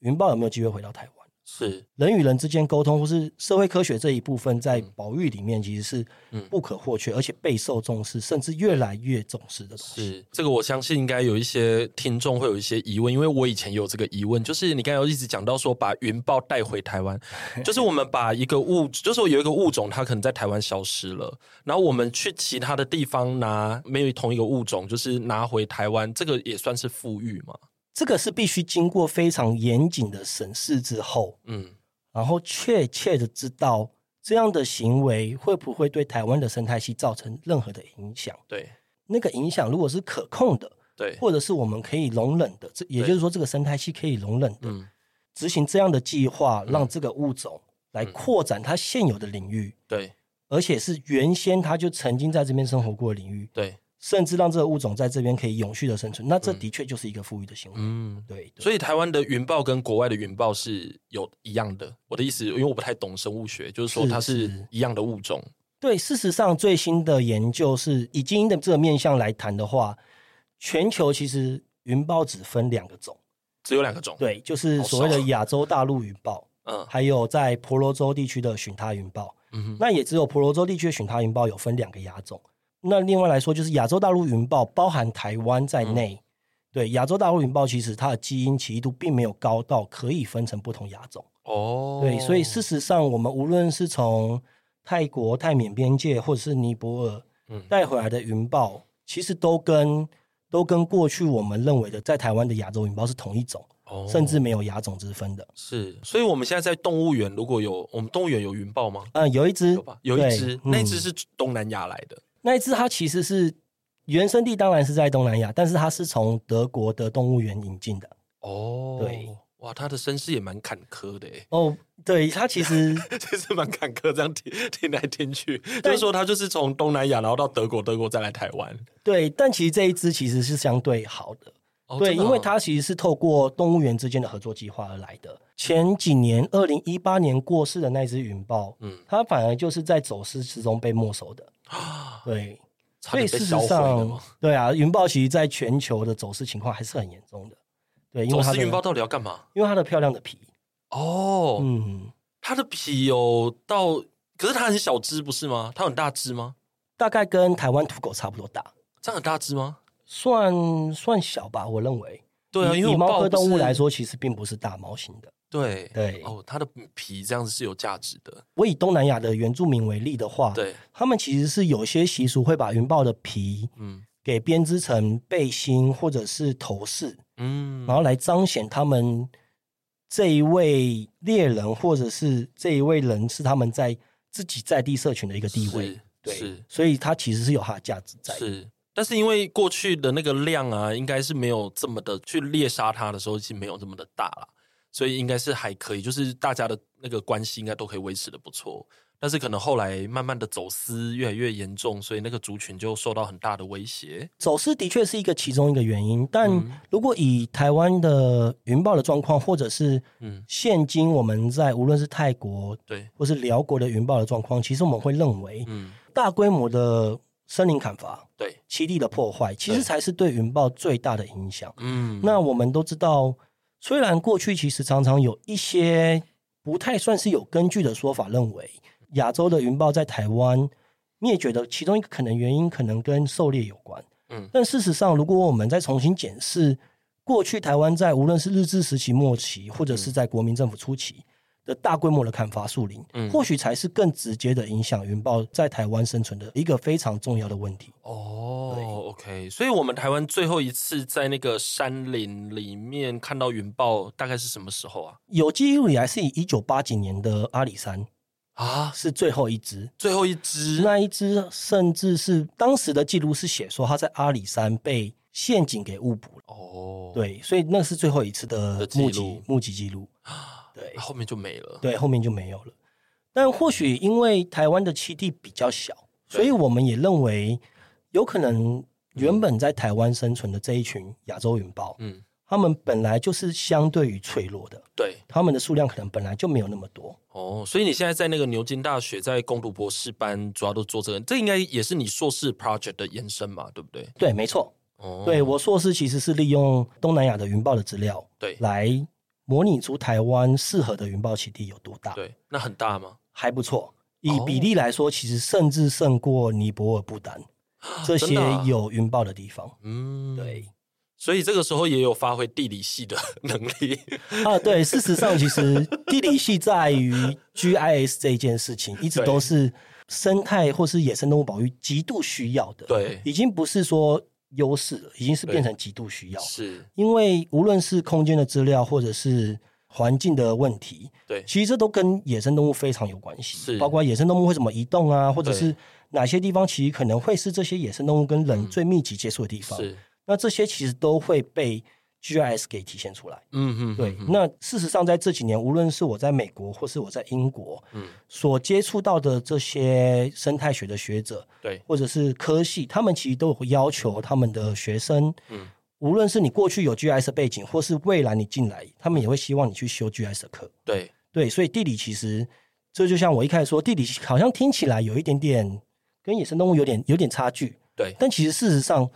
Speaker 2: 云豹有没有机会回到台湾。
Speaker 1: 是
Speaker 2: 人与人之间沟通，或是社会科学这一部分，在
Speaker 1: 嗯
Speaker 2: 保育里面其实是不可或缺，而且备受重视，甚至越来越重视的东西。
Speaker 1: 是，这个我相信应该有一些听众会有一些疑问，因为我以前有这个疑问，就是你刚才有一直讲到说把云豹带回台 湾，就是我们把一个物，就是有一个物种它可能在台湾消失了，然后我们去其他的地方拿没有同一个物种，就是拿回台湾，这个也算是富裕嘛？
Speaker 2: 这个是必须经过非常严谨的审视之后，
Speaker 1: 嗯，
Speaker 2: 然后确切的知道这样的行为会不会对台湾的生态系造成任何的影响。
Speaker 1: 对
Speaker 2: 那个影响如果是可控的，
Speaker 1: 对，
Speaker 2: 或者是我们可以容忍的，这也就是说这个生态系可以容忍的，
Speaker 1: 嗯
Speaker 2: 执行这样的计划，让这个物种来
Speaker 1: 嗯
Speaker 2: 扩展它现有的领域。
Speaker 1: 对
Speaker 2: 而且是原先它就曾经在这边生活过的领域，
Speaker 1: 对，
Speaker 2: 甚至让这个物种在这边可以永续的生存，那这的确就是一个富裕的行为。
Speaker 1: 嗯。
Speaker 2: 对，对
Speaker 1: 所以台湾的云豹跟国外的云豹是有一样的。我的意思，因为我不太懂生物学，就是说
Speaker 2: 是
Speaker 1: 它是
Speaker 2: 是
Speaker 1: 一样的物种。
Speaker 2: 对，事实上最新的研究是，以基因的这个面向来谈的话，全球其实云豹只分两个种，
Speaker 1: 只有两个种。，
Speaker 2: 对，就是所谓
Speaker 1: 好
Speaker 2: 的
Speaker 1: 少
Speaker 2: 亚洲大陆云豹，
Speaker 1: 嗯
Speaker 2: 还有在婆罗洲地区的巡他云豹。
Speaker 1: 嗯哼，
Speaker 2: 那也只有婆罗洲地区的巡他云豹有分两个亚种。那另外来说，就是亚洲大陆云豹包含台湾
Speaker 1: 嗯
Speaker 2: 在内，对亚洲大陆云豹其实它的基因奇异度并没有高到可以分成不同亚种。
Speaker 1: 哦，
Speaker 2: 对，所以事实上，我们无论是从泰国、泰缅边界或者是尼泊尔
Speaker 1: 嗯
Speaker 2: 带回来的云豹，其实都跟都跟过去我们认为的在台湾的亚洲云豹是同一种，
Speaker 1: 哦
Speaker 2: 甚至没有亚种之分的。
Speaker 1: 是。所以我们现在在动物园，如果有我们动物园有云豹吗？
Speaker 2: 嗯，有一只
Speaker 1: 有吧，有一
Speaker 2: 对
Speaker 1: 只，
Speaker 2: 嗯
Speaker 1: 那一只是东南亚来的。
Speaker 2: 那一只它其实是原生地，当然是在东南亚，但是它是从德国的动物园引进的。
Speaker 1: 哦，
Speaker 2: 对，
Speaker 1: 哇，它的身世也蛮坎坷的诶。
Speaker 2: 哦，对，它其实
Speaker 1: 其实蛮坎坷，这样听听来听去，就是说它就是从东南亚，然后到德国，德国再来台湾。
Speaker 2: 对，但其实这一只其实是相对好的，
Speaker 1: 哦
Speaker 2: 对，
Speaker 1: 真的
Speaker 2: 因为
Speaker 1: 哦
Speaker 2: 它其实是透过动物园之间的合作计划而来的。前几年，二零一八年过世的那只云豹，
Speaker 1: 嗯
Speaker 2: 它反而就是在走私之中被没 收的。
Speaker 1: 啊，
Speaker 2: 对，
Speaker 1: 差
Speaker 2: 所以
Speaker 1: 点被
Speaker 2: 事
Speaker 1: 销
Speaker 2: 实
Speaker 1: 毁了哦吗
Speaker 2: 上？，对啊，云豹其实在全球的走私情况还是很严重的。对，因
Speaker 1: 走
Speaker 2: 为它
Speaker 1: 私
Speaker 2: 的
Speaker 1: 云豹到底要干嘛？
Speaker 2: 因为它的漂亮的皮，
Speaker 1: 哦，
Speaker 2: 嗯。
Speaker 1: 它的皮有到，可是它很小只不是吗？它很大只吗？
Speaker 2: 大概跟台湾土狗差不多大，
Speaker 1: 这样很大只吗？
Speaker 2: 算算小吧，我认为。
Speaker 1: 对啊，
Speaker 2: 以
Speaker 1: 因为
Speaker 2: 以
Speaker 1: 我
Speaker 2: 猫
Speaker 1: 豹
Speaker 2: 科
Speaker 1: 不是
Speaker 2: 动物来，说，其实并不是大猫型的。
Speaker 1: 对
Speaker 2: 对
Speaker 1: 哦，它的皮这样子是有价值的，
Speaker 2: 我以东南亚的原住民为例的话，
Speaker 1: 对，
Speaker 2: 他们其实是有些习俗会把云豹的皮
Speaker 1: 嗯
Speaker 2: 给编织成背心或者是头饰，
Speaker 1: 嗯
Speaker 2: 然后来彰显他们这一位猎人或者是这一位人是他们在自己在地社群的一个地位
Speaker 1: 是。
Speaker 2: 对
Speaker 1: 是，
Speaker 2: 所以它其实是有它的价值在的。
Speaker 1: 是。但是因为过去的那个量啊，应该是没有这么的去猎杀它的时候是没有这么的大啦，所以应该是还可以，就是大家的那个关系应该都可以维持的不错。但是可能后来慢慢的走私越来越严重，所以那个族群就受到很大的威胁。
Speaker 2: 走私的确是一个其中一个原因，但
Speaker 1: 嗯
Speaker 2: 如果以台湾的云豹的状况，或者是
Speaker 1: 嗯，
Speaker 2: 现今我们在无论是泰国
Speaker 1: 对，
Speaker 2: 或是辽国的云豹的状况，其实我们会认为
Speaker 1: 嗯，
Speaker 2: 大规模的森林砍伐、
Speaker 1: 对，
Speaker 2: 栖地的破坏，其实
Speaker 1: 对
Speaker 2: 才是对云豹最大的影响。
Speaker 1: 嗯，
Speaker 2: 那我们都知道，虽然过去其实常常有一些不太算是有根据的说法，认为亚洲的云豹在台湾灭绝的其中一个可能原因，可能跟狩猎有关。
Speaker 1: 嗯
Speaker 2: 但事实上，如果我们再重新检视过去台湾在无论是日治时期末期，或者是在国民政府初期的大规模的砍伐树林，
Speaker 1: 嗯
Speaker 2: 或许才是更直接的影响云豹在台湾生存的一个非常重要的问题。
Speaker 1: 哦，OK，所以我们台湾最后一次在那个山林里面看到云豹，大概是什么时候啊？
Speaker 2: 有记录以来，是以一九八几年的阿里山
Speaker 1: 啊，
Speaker 2: 是最后一只。
Speaker 1: 最后一只，
Speaker 2: 那一只甚至是当时的记录是写说他在阿里山被陷阱给误捕了，
Speaker 1: 哦，，
Speaker 2: 对，所以那是最后一次的
Speaker 1: 的记录
Speaker 2: 目击目击记录，对
Speaker 1: 后面就没了。
Speaker 2: 对，后面就没有了。但或许因为台湾的栖地比较小，
Speaker 1: 对
Speaker 2: 所以我们也认为有可能原本在台湾生存的这一群亚洲云豹，
Speaker 1: 嗯，
Speaker 2: 他们本来就是相对于脆弱的，
Speaker 1: 对，
Speaker 2: 他们的数量可能本来就没有那么多。
Speaker 1: 哦，所以你现在在那个牛津大学在攻读博士班，主要都做这个，这应该也是你硕士 project 的延伸嘛，对不对？
Speaker 2: 对，没错，
Speaker 1: 哦，
Speaker 2: 对我硕士其实是利用东南亚的云豹的资料，
Speaker 1: 对
Speaker 2: 来模拟出台湾适合的云豹栖地有多大，
Speaker 1: 对，那很大吗？
Speaker 2: 还不错。以
Speaker 1: 哦
Speaker 2: 比例来说，其实甚至胜过尼泊尔、不丹这
Speaker 1: 真
Speaker 2: 些
Speaker 1: 的啊
Speaker 2: 有云豹的地方。
Speaker 1: 嗯，
Speaker 2: 对，
Speaker 1: 所以这个时候也有发挥地理系的 能力。
Speaker 2: 啊，对，事实上，其实地理系在于 GIS 这一件事情，一 直
Speaker 1: 对
Speaker 2: 都是生态或是野生动物保育极度需要的。，
Speaker 1: 对，
Speaker 2: 已经不是说优势了，已经是
Speaker 1: 对
Speaker 2: 变成极度需要。
Speaker 1: 是，
Speaker 2: 因为无论是空间的资料，或者是环境的问题，
Speaker 1: 对，
Speaker 2: 其实这都跟野生动物非常有关系
Speaker 1: 是，
Speaker 2: 包括野生动物会怎么移动啊，或者
Speaker 1: 对
Speaker 2: 是哪些地方其实可能会是这些野生动物跟人最密集接触的地方。
Speaker 1: 嗯是，
Speaker 2: 那这些其实都会被 GIS 给体现出来。
Speaker 1: 嗯嗯，
Speaker 2: 对，
Speaker 1: 嗯
Speaker 2: 那事实上，在这几年，无论是我在美国或是我在英国，
Speaker 1: 嗯
Speaker 2: 所接触到的这些生态学的学者
Speaker 1: 对，
Speaker 2: 或者是科系，他们其实都有要求他们的学生，
Speaker 1: 嗯
Speaker 2: 无论是你过去有 GIS 背景，或是未来你进来，他们也会希望你去修 GIS 的课。
Speaker 1: 对，
Speaker 2: 对，所以地理其实这就像我一开始说，地理好像听起来有一点点跟野生动物有点有点差距，
Speaker 1: 对，
Speaker 2: 但其实事实上，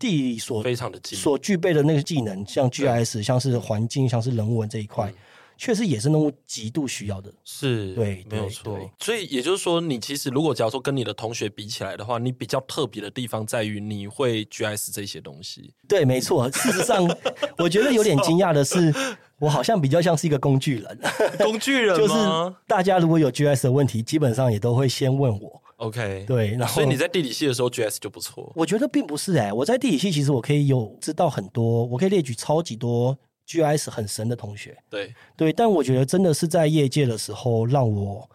Speaker 2: 地理所
Speaker 1: 非常的近，
Speaker 2: 所具备的那个技能，像 GIS、像是环境、像是人文这一块
Speaker 1: 嗯，
Speaker 2: 确、实野生动物极度需要的。
Speaker 1: 是，
Speaker 2: 对
Speaker 1: 没有
Speaker 2: 对
Speaker 1: 错
Speaker 2: 对。
Speaker 1: 所以也就是说，你其实如果假如说跟你的同学比起来的话，你比较特别的地方在于你会 GS 这些东 西。
Speaker 2: 对，没错。事实 上，我觉得有点惊讶的是，我好像比较像是一个工具人，
Speaker 1: 工具人
Speaker 2: 就是
Speaker 1: 吗
Speaker 2: 大家如果有 GIS 的问题，基本上也都会先问我。
Speaker 1: ？OK，。
Speaker 2: 对，然后
Speaker 1: 所以你在地理系的时候 GS 就不错。
Speaker 2: 我觉得并不是哎、我在地理系其实我可以有知道很多，我可以列举超级多 GIS 很神的同学。
Speaker 1: 对，
Speaker 2: 对，但我觉得真的是在业界的时候，让我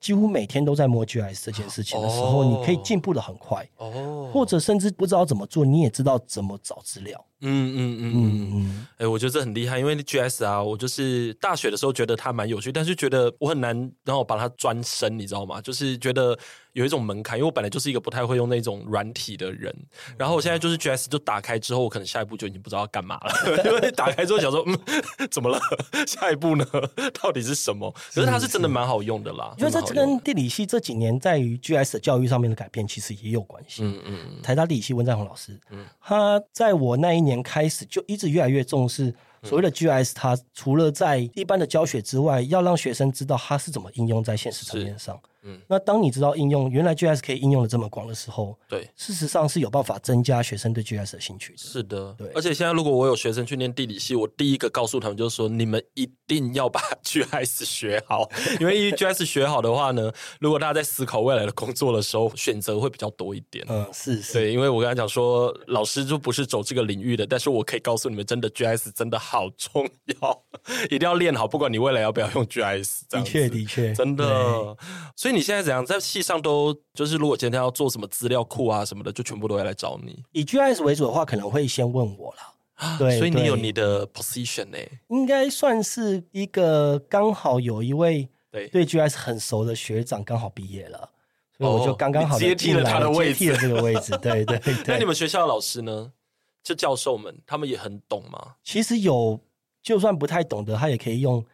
Speaker 2: 几乎每天都在摸 GIS 这件事情的时候，
Speaker 1: 哦
Speaker 2: 你可以进步的很快，
Speaker 1: 哦，
Speaker 2: 或者甚至不知道怎么做，你也知道怎么找资料。
Speaker 1: 嗯嗯嗯嗯
Speaker 2: 嗯嗯，
Speaker 1: 哎、我觉得这很厉害，因为 GS 啊，我就是大学的时候觉得它蛮有趣，但是觉得我很难然后把它专深，你知道吗？就是觉得有一种门槛，因为我本来就是一个不太会用那种软体的人，然后我现在就是 GS 就打开之后，我可能下一步就已经不知道要干嘛了， 因为打开之后想说，嗯， 怎么了？下一步呢？ 到底是什么？可是它是真的蛮好用的啦，
Speaker 2: 因为这
Speaker 1: 真的蛮好用
Speaker 2: 跟
Speaker 1: 的
Speaker 2: 地理系这几年在于 GIS 的教育上面的改变，其实也有关系。
Speaker 1: 嗯嗯嗯
Speaker 2: 台大地理系温占宏老师，
Speaker 1: 嗯
Speaker 2: 他在我那一年开始就一直越来越重视
Speaker 1: 嗯
Speaker 2: 所谓的 GIS，它除了在一般的教学之外，要让学生知道它是怎么应用在现实层面上。
Speaker 1: 嗯
Speaker 2: 那当你知道应用原来 GIS 可以应用的这么广的时候，
Speaker 1: 对。
Speaker 2: 事实上是有办法增加学生对 GIS 的兴趣的。
Speaker 1: 是的
Speaker 2: 对，
Speaker 1: 而且现在如果我有学生去念地理系，我第一个告诉他们就是说，你们一定要把 GIS 学好，因为 GIS 学好的话呢，如果大家在思考未来的工作的时候，选择会比较多一点。
Speaker 2: 嗯，是是，
Speaker 1: 对，因为我跟他讲说，老师就不是走这个领域的，但是我可以告诉你们，真的 GIS 真的好重要， 一定要练好，不管你未来要不要用 GIS，这
Speaker 2: 的
Speaker 1: 样子
Speaker 2: 确的确，
Speaker 1: 真
Speaker 2: 对。
Speaker 1: 的。所以你现在怎样，在系上都就是，如果今天要做什么资料库啊什么的，就全部都会来找你。
Speaker 2: 以 GIS 为主的话，可能会先问我啦。对
Speaker 1: 啊所以你
Speaker 2: 对
Speaker 1: 有你的 position 欸呢、
Speaker 2: 应该算是一个刚好有一位
Speaker 1: 对
Speaker 2: 对 GIS 很熟的学长刚好毕业了，所以我就刚刚好
Speaker 1: 哦
Speaker 2: 地
Speaker 1: 你接替
Speaker 2: 进
Speaker 1: 了
Speaker 2: 来
Speaker 1: 他的位
Speaker 2: 接替了这个位置。对 对
Speaker 1: 那你
Speaker 2: 对，
Speaker 1: 们学校的老师呢？就教授们，他们也很懂吗？
Speaker 2: 其实有就算不太懂得，他也可以用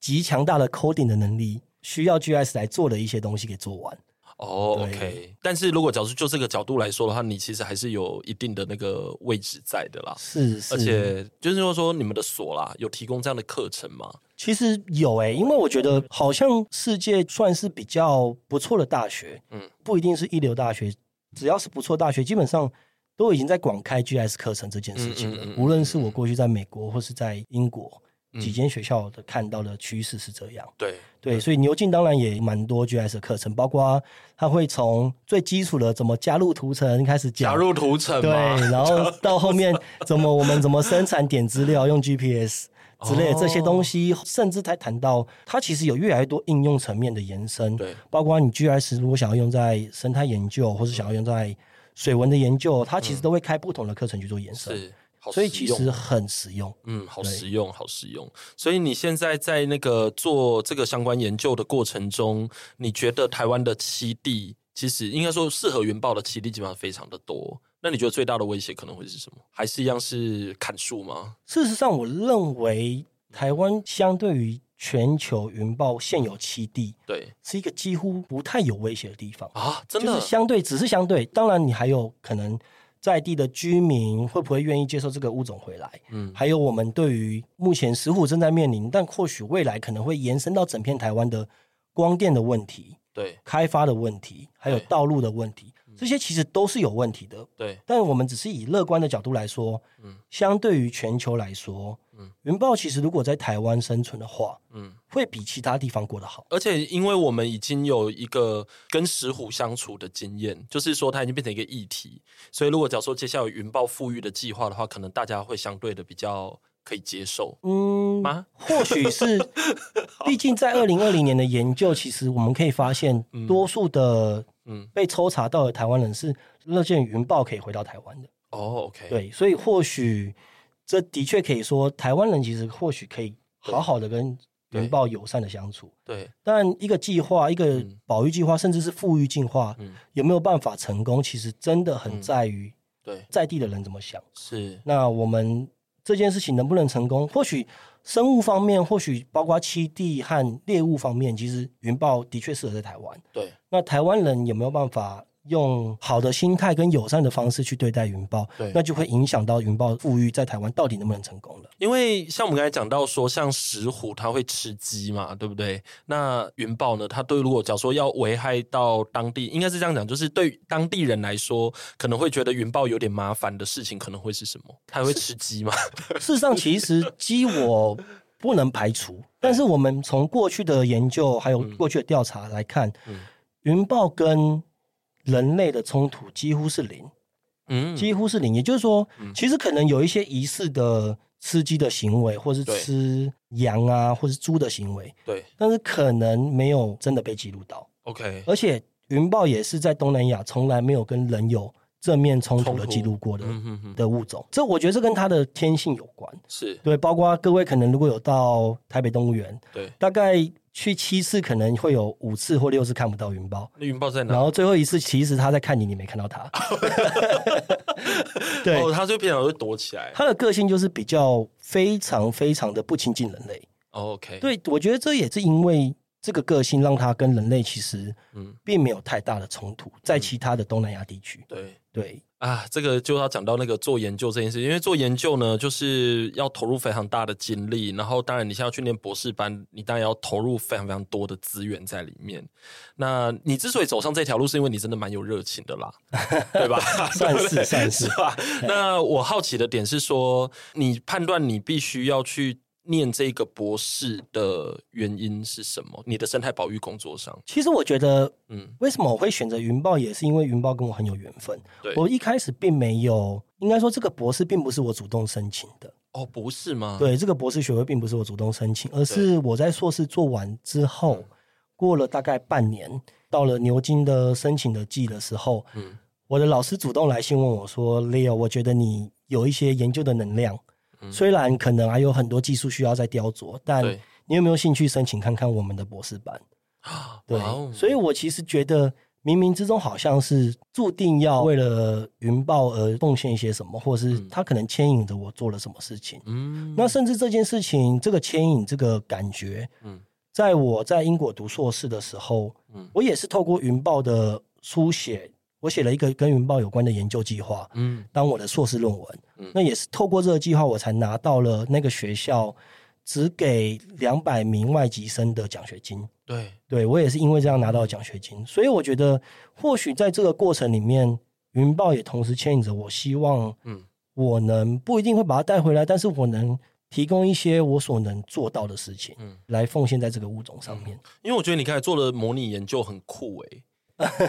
Speaker 2: 极强大的 coding 的能力，需要 GIS 来做的一些东西给做完。
Speaker 1: 哦、
Speaker 2: 对
Speaker 1: o k 但是如果假如就这个角度来说的话，你其实还是有一定的那个位置在的啦。
Speaker 2: 是是，
Speaker 1: 而且就是说说你们的所啦，有提供这样的课程吗？
Speaker 2: 其实有诶、因为我觉得好像世界算是比较不错的大学，嗯
Speaker 1: 嗯，
Speaker 2: 不一定是一流大学，只要是不错大学，基本上都已经在广开 GS 课程这件事情了。
Speaker 1: 嗯嗯嗯嗯
Speaker 2: 无论是我过去在美国或是在英国
Speaker 1: 嗯
Speaker 2: 几间学校的看到的趋势是这样，
Speaker 1: 对，
Speaker 2: 对，所以牛津当然也蛮多 GS 的课程，包括它会从最基础的怎么加入图层开始讲
Speaker 1: 加。入图层
Speaker 2: 对，
Speaker 1: 吗？
Speaker 2: 然后到后面怎么我们怎么生产点资料用 GPS 之
Speaker 1: 哦
Speaker 2: 类的这些东西，甚至才谈到它其实有越来越多应用层面的延伸，
Speaker 1: 对，
Speaker 2: 包括你 GIS 如果想要用在生态研究，或是想要用在水文的研究，它其实都会开不同的课程去做延伸，
Speaker 1: 嗯是，好
Speaker 2: 所以
Speaker 1: 实
Speaker 2: 其
Speaker 1: 用
Speaker 2: 实很实用。
Speaker 1: 嗯，好
Speaker 2: 对
Speaker 1: 实用，好实用。所以你现在在那个做这个相关研究的过程中，你觉得台湾的栖地，其实应该说适合云豹的栖地基本上非常的多。那你觉得最大的威胁可能会是什么？还是一样是砍树吗？
Speaker 2: 事实上，我认为台湾相对于全球云豹现有栖地，
Speaker 1: 对
Speaker 2: 是一个几乎不太有威胁的地方。
Speaker 1: 啊，真
Speaker 2: 就
Speaker 1: 的
Speaker 2: 是相对，只是相对。当然，你还有可能在地的居民会不会愿意接受这个物种回来，嗯，还有我们对于目前石虎正在面临，但或许未来可能会延伸到整片台湾的光电的问题、
Speaker 1: 对
Speaker 2: 开发的问题，还有
Speaker 1: 对
Speaker 2: 道路的问题，这些其实都是有问题的。
Speaker 1: 对，
Speaker 2: 但我们只是以乐观的角度来说，
Speaker 1: 嗯
Speaker 2: 相对于全球来说，
Speaker 1: 嗯
Speaker 2: 云豹其实如果在台湾生存的话，
Speaker 1: 嗯。
Speaker 2: 会比其他地方过得好。
Speaker 1: 而且，因为我们已经有一个跟石虎相处的经验，就是说它已经变成一个议题，所以如果假如说接下来有云豹富裕的计划的话，可能大家会相对的比较可以接受
Speaker 2: 嗯，
Speaker 1: 吗？
Speaker 2: 或 许是，毕竟在二零二零年的研究，其实我们可以发现，多数的
Speaker 1: 嗯，
Speaker 2: 被抽查到的台湾人是乐见云豹可以回到台湾的。
Speaker 1: 哦，OK，，
Speaker 2: 对，所以或许这的确可以说，台湾人其实或许可以好好的跟
Speaker 1: 对
Speaker 2: 云豹友善的相处。
Speaker 1: 对，
Speaker 2: 但一个计划、一个
Speaker 1: 嗯
Speaker 2: 保育计划，甚至是富裕进化，
Speaker 1: 嗯，
Speaker 2: 有没有办法成功，其实真的很在于
Speaker 1: 对，
Speaker 2: 在地的人怎么想。
Speaker 1: 是，
Speaker 2: 那我们这件事情能不能成功？或许生物方面，或许包括栖地和猎物方面，其实云豹的确适合在台湾。
Speaker 1: 对，
Speaker 2: 那台湾人有没有办法用好的心态跟友善的方式去对待云豹
Speaker 1: 对？
Speaker 2: 那就会影响到云豹富裕在台湾到底能不能成功 了。
Speaker 1: 因为像我们刚才讲到说，像石虎它会吃鸡嘛，对不对？那云豹呢，它对如果假如说要危害到当地，应该是这样讲，就是对当地人来说，可能会觉得云豹有点麻烦的事情，可能会是什么？它会吃鸡吗？
Speaker 2: 事实上，其实鸡我不能排除，但是我们从过去的研究还有过去的调查来看，
Speaker 1: 嗯
Speaker 2: 云豹跟人类的冲突几乎是零。
Speaker 1: 嗯，
Speaker 2: 几乎是零。也就是说，其实可能有一些疑似的吃鸡的行为，或是
Speaker 1: 对
Speaker 2: 吃羊啊，或是猪的行为，
Speaker 1: 对
Speaker 2: 但是可能没有真的被记录到。
Speaker 1: ，OK，
Speaker 2: 而且云豹也是在东南亚从来没有跟人有正面冲突
Speaker 1: 冲
Speaker 2: 的
Speaker 1: 突
Speaker 2: 记录过的
Speaker 1: 嗯哼哼，
Speaker 2: 的物种。这我觉得这跟它的天性有关。
Speaker 1: 是
Speaker 2: 对，包括各位可能如果有到台北动物园，
Speaker 1: 对。
Speaker 2: 大概去七次，可能会有五次或六次看不到云豹。
Speaker 1: 那云豹在哪
Speaker 2: 然？后最后一次，其实它在看你，你没看到 它。对，
Speaker 1: 哦，它就平常会躲起来。
Speaker 2: 他的个性就是比较非常非常的不亲近人类。
Speaker 1: 哦 OK，，
Speaker 2: 对，我觉得这也是因为这个个性让他跟人类其实
Speaker 1: 嗯，
Speaker 2: 并没有太大的冲突，在其他的东南亚地区。
Speaker 1: 对。
Speaker 2: 对，
Speaker 1: 啊，这个就要讲到那个做研究这件事，因为做研究呢，就是要投入非常大的精力，然后当然你现在要去念博士班，你当然要投入非常非常多的资源在里面。那你之所以走上这条路，是因为你真的蛮有热情的 啦，对吧？
Speaker 2: 算
Speaker 1: 对
Speaker 2: 是
Speaker 1: 不对
Speaker 2: 算是
Speaker 1: 是吧？那我好奇的点是说，你判断你必须要去念这个博士的原因是什么？你的生态保育工作上，
Speaker 2: 其实我觉得
Speaker 1: 嗯，
Speaker 2: 为什么我会选择云豹，也是因为云豹跟我很有缘分。
Speaker 1: 对，
Speaker 2: 我一开始并没有，应该说这个博士并不是我主动申请的。
Speaker 1: 哦，不是吗？，
Speaker 2: 对，这个博士学位并不是我主动申请，而是我在硕士做完之
Speaker 1: 嗯
Speaker 2: 后，过了大概半年，到了牛津的申请的季的时候，
Speaker 1: 嗯
Speaker 2: 我的老师主动来信问我说：“Leo，我觉得你有一些研究的能量，
Speaker 1: 嗯
Speaker 2: 虽然可能还有很多技术需要再雕琢，但
Speaker 1: 对
Speaker 2: 你有没有兴趣申请看看我们的博士班？”
Speaker 1: 啊，
Speaker 2: 对，
Speaker 1: 哇哦
Speaker 2: 所以我其实觉得。冥冥之中好像是注定要为了云豹而贡献一些什么，或是
Speaker 1: 嗯
Speaker 2: 他可能牵引着我做了什么事情。
Speaker 1: 嗯，
Speaker 2: 那甚至这件事情，这个牵引，这个感觉，
Speaker 1: 嗯
Speaker 2: 在我在英国读硕士的时候，
Speaker 1: 嗯
Speaker 2: 我也是透过云豹的书写，我写了一个跟云豹有关的研究计划，
Speaker 1: 嗯
Speaker 2: 当我的硕士论文。
Speaker 1: 嗯
Speaker 2: 那也是透过这个计划，我才拿到了那个学校只给两百名外籍生的奖学金。
Speaker 1: 对，
Speaker 2: 对我也是因为这样拿到奖学金，所以我觉得或许在这个过程里面，云豹也同时牵引着我，希望
Speaker 1: 嗯
Speaker 2: 我能不一定会把它带回来，但是我能提供一些我所能做到的事情，
Speaker 1: 嗯
Speaker 2: 来奉献在这个物种上面。
Speaker 1: 因为我觉得你刚才做的模拟研究很酷诶、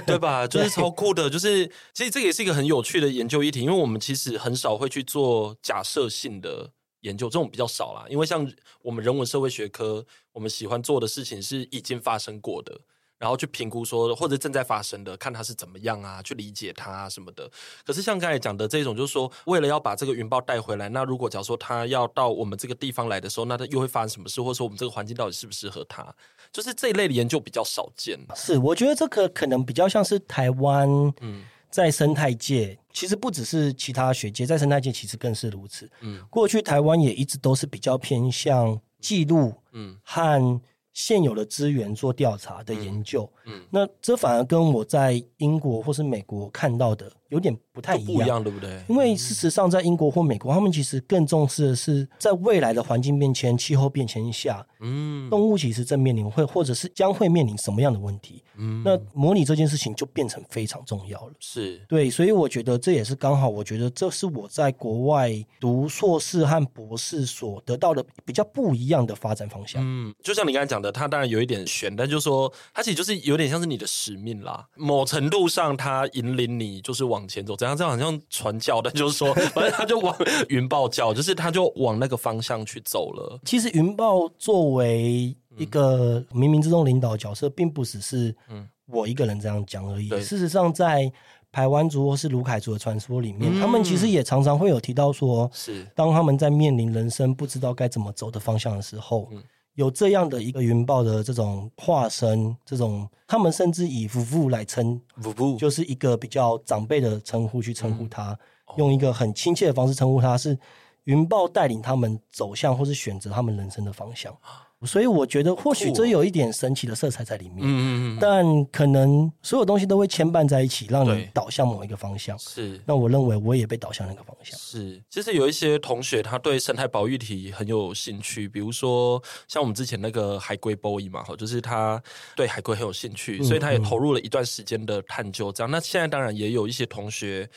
Speaker 1: 对吧？ 就是超酷的，就是其实这个也是一个很有趣的研究议题，因为我们其实很少会去做假设性的研究，这种比较少啦。因为像我们人文社会学科，我们喜欢做的事情是已经发生过的，然后去评估说或者正在发生的，看它是怎么样啊，去理解它、啊、什么的。可是像刚才讲的这种，就是说为了要把这个云豹带回来，那如果假如说它要到我们这个地方来的时候，那它又会发生什么事，或者说我们这个环境到底适不适合它？就是这一类的研究比较少见。啊
Speaker 2: 是，我觉得这个可能比较像是台湾
Speaker 1: 嗯
Speaker 2: 在生态界，其实不只是其他学界，在生态界其实更是如此。
Speaker 1: 嗯
Speaker 2: 过去台湾也一直都是比较偏向记录
Speaker 1: 嗯
Speaker 2: 和现有的资源做调查的研究。
Speaker 1: 嗯
Speaker 2: 那这反而跟我在英国或是美国看到的有点不太
Speaker 1: 就
Speaker 2: 一
Speaker 1: 不一
Speaker 2: 样。
Speaker 1: 样，嗯对不对？
Speaker 2: 因为事实上，在英国或美国，他们其实更重视的是在未来的环境变迁、气候变迁下，
Speaker 1: 嗯
Speaker 2: 动物其实正面临会或者是将会面临什么样的问题。
Speaker 1: 嗯，
Speaker 2: 那模拟这件事情就变成非常重要了。
Speaker 1: 是
Speaker 2: 对，所以我觉得这也是刚好，我觉得这是我在国外读硕士和博士所得到的比较不一样的发展方向。
Speaker 1: 嗯，就像你刚才讲的，它当然有一点悬，但就是说它其实就是有点像是你的使命啦。某程度上，它引领你就是往前走，怎样？这样好像传教，但就是 说，反正它就往云豹教，就是它就往那个方向去走了。
Speaker 2: 其实云豹作为一个冥冥之中领导角色，并不只是
Speaker 1: 嗯
Speaker 2: 我一个人这样讲而已。
Speaker 1: 对
Speaker 2: 事实上，在台湾族或是卢凯族的传说里面，
Speaker 1: 嗯
Speaker 2: 他们其实也常常会有提到说，
Speaker 1: 是，
Speaker 2: 当他们在面临人生不知道该怎么走的方向的时候，
Speaker 1: 嗯
Speaker 2: 有这样的一个云豹的这种化身，这种他们甚至以夫妇来称，
Speaker 1: 不不，
Speaker 2: 就是一个比较长辈的称呼去称呼
Speaker 1: 嗯
Speaker 2: 他，
Speaker 1: 哦
Speaker 2: 用一个很亲切的方式称呼他是云豹带领他们走向或是选择他们人生的方向。
Speaker 1: 啊
Speaker 2: 所以我觉得或许
Speaker 1: 酷哦
Speaker 2: 这有一点神奇的色彩在里面，
Speaker 1: 嗯嗯嗯，
Speaker 2: 但可能所有东西都会牵绊在一起，让你
Speaker 1: 对
Speaker 2: 导向某一个方向。
Speaker 1: 是。
Speaker 2: 那我认为我也被导向那个方向。
Speaker 1: 是，其实有一些同学他对生态保育题很有兴趣，比如说像我们之前那个海龟 boy 嘛，哈，就是他对海龟很有兴趣，所以他也投入了一段时间的探究。这样，那现在当然也有一些同学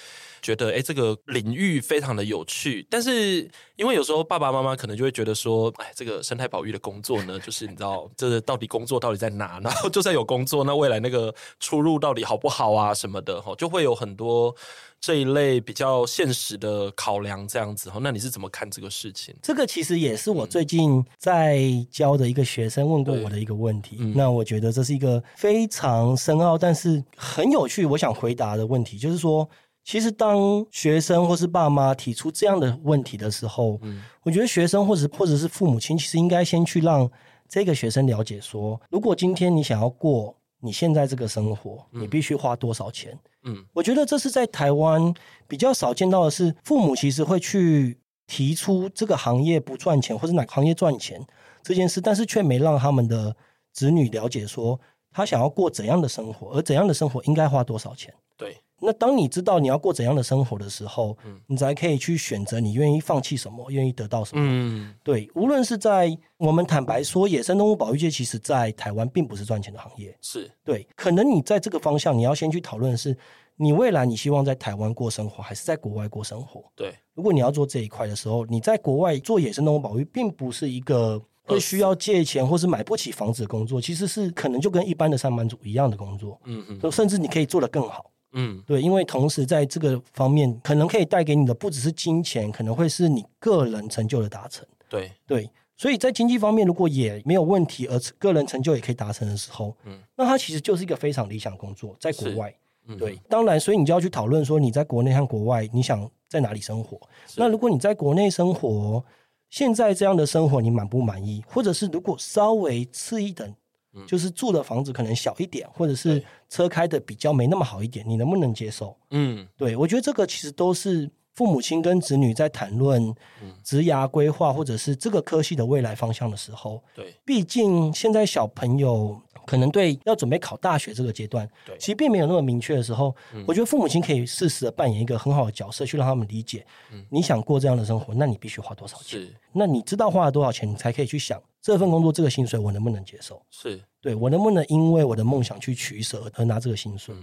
Speaker 1: 觉得，哎，这个领域非常的有趣，但是因为有时候爸爸妈妈可能就会觉得说，哎，这个生态保育的工作呢，就是你知道，这个到底工作到底在哪？然后就算有工作，那未来那个出路到底好不好啊什么的，哈，就会有很多这一类比较现实的考量，这样子哈。那你是怎么看这个事情？
Speaker 2: 这个其实也是我
Speaker 1: 嗯
Speaker 2: 最近在教的一个学生问过
Speaker 1: 对
Speaker 2: 我的一个问题。
Speaker 1: 嗯
Speaker 2: 那我觉得这是一个非常深奥，但是很有趣，我想回答的问题就是说，其实当学生或是爸妈提出这样的问题的时候，
Speaker 1: 嗯
Speaker 2: 我觉得学生或者或者是父母亲，其实应该先去让这个学生了解说，如果今天你想要过你现在这个生活，你必须花多少钱。
Speaker 1: 嗯，
Speaker 2: 我觉得这是在台湾比较少见到的是，父母其实会去提出这个行业不赚钱，或者哪个行业赚钱这件事，但是却没让他们的子女了解说他想要过怎样的生活，而怎样的生活应该花多少钱。
Speaker 1: 对，
Speaker 2: 那当你知道你要过怎样的生活的时候，
Speaker 1: 嗯
Speaker 2: 你才可以去选择你愿意放弃什么，愿意得到什么。
Speaker 1: 嗯，
Speaker 2: 对，无论是在我们坦白说，野生动物保育界其实在台湾并不是赚钱的行业。
Speaker 1: 是
Speaker 2: 对，可能你在这个方向，你要先去讨论的是，你未来你希望在台湾过生活，还是在国外过生活？
Speaker 1: 对，
Speaker 2: 如果你要做这一块的时候，你在国外做野生动物保育，并不是一个
Speaker 1: 呃
Speaker 2: 会需要借钱或是买不起房子的工作，其实是可能就跟一般的上班族一样的工作，
Speaker 1: 嗯嗯
Speaker 2: 就甚至你可以做得更好。
Speaker 1: 嗯，
Speaker 2: 对，因为同时在这个方面，可能可以带给你的不只是金钱，可能会是你个人成就的达成。
Speaker 1: 对，
Speaker 2: 对，所以在经济方面如果也没有问题，而个人成就也可以达成的时候，
Speaker 1: 嗯
Speaker 2: 嗯，那它其实就是一个非常理想的工作，在国
Speaker 1: 是
Speaker 2: 外。
Speaker 1: 嗯
Speaker 2: 对，，当然，所以你就要去讨论说你在国内和国外你想在哪里生活。那如果你在国内生活，现在这样的生活你满不满意？或者是如果稍微次一等
Speaker 1: 嗯，
Speaker 2: 就是住的房子可能小一点，或者是
Speaker 1: 对
Speaker 2: 车开的比较没那么好一点，你能不能接受？
Speaker 1: 嗯
Speaker 2: 对，我觉得这个其实都是父母亲跟子女在谈论
Speaker 1: 嗯
Speaker 2: 职涯规划或者是这个科系的未来方向的时候，
Speaker 1: 对，
Speaker 2: 毕竟现在小朋友可能对要准备考大学这个阶段
Speaker 1: 对，嗯
Speaker 2: 其实并没有那么明确的时候，我觉得父母亲可以适时的扮演一个很好的角色，去让他们理解，你想过这样的生活，那你必须花多少钱？
Speaker 1: 嗯是
Speaker 2: 那你知道花了多少钱，你才可以去想这份工作这个薪水我能不能接受？
Speaker 1: 是，
Speaker 2: 对我能不能因为我的梦想去取舍而拿这个薪水？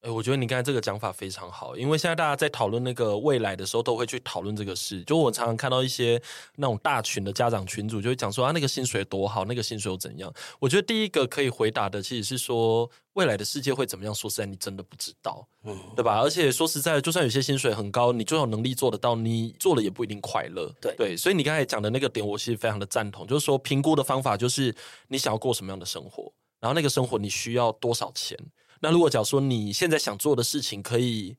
Speaker 1: 哎、我觉得你刚才这个讲法非常好，因为现在大家在讨论那个未来的时候，都会去讨论这个事。就我常常看到一些那种大群的家长群组，就会讲说啊，那个薪水多好，那个薪水又怎样。我觉得第一个可以回答的其实是说，未来的世界会怎么样？说实在，你真的不知道，
Speaker 2: 嗯
Speaker 1: 对吧？而且说实在，就算有些薪水很高，你最有能力做得到，你做了也不一定快乐。
Speaker 2: 对
Speaker 1: 对，所以你刚才讲的那个点，我其实非常的赞同，就是说评估的方法就是你想要过什么样的生活，然后那个生活你需要多少钱。那如果假如说你现在想做的事情可以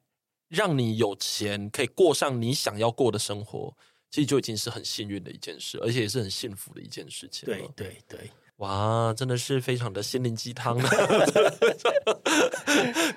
Speaker 1: 让你有钱，可以过上你想要过的生活，其实就已经是很幸运的一件事，而且也是很幸福的一件事情了。
Speaker 2: 对对对，
Speaker 1: 啊 哇，真的是非常的心灵鸡汤。可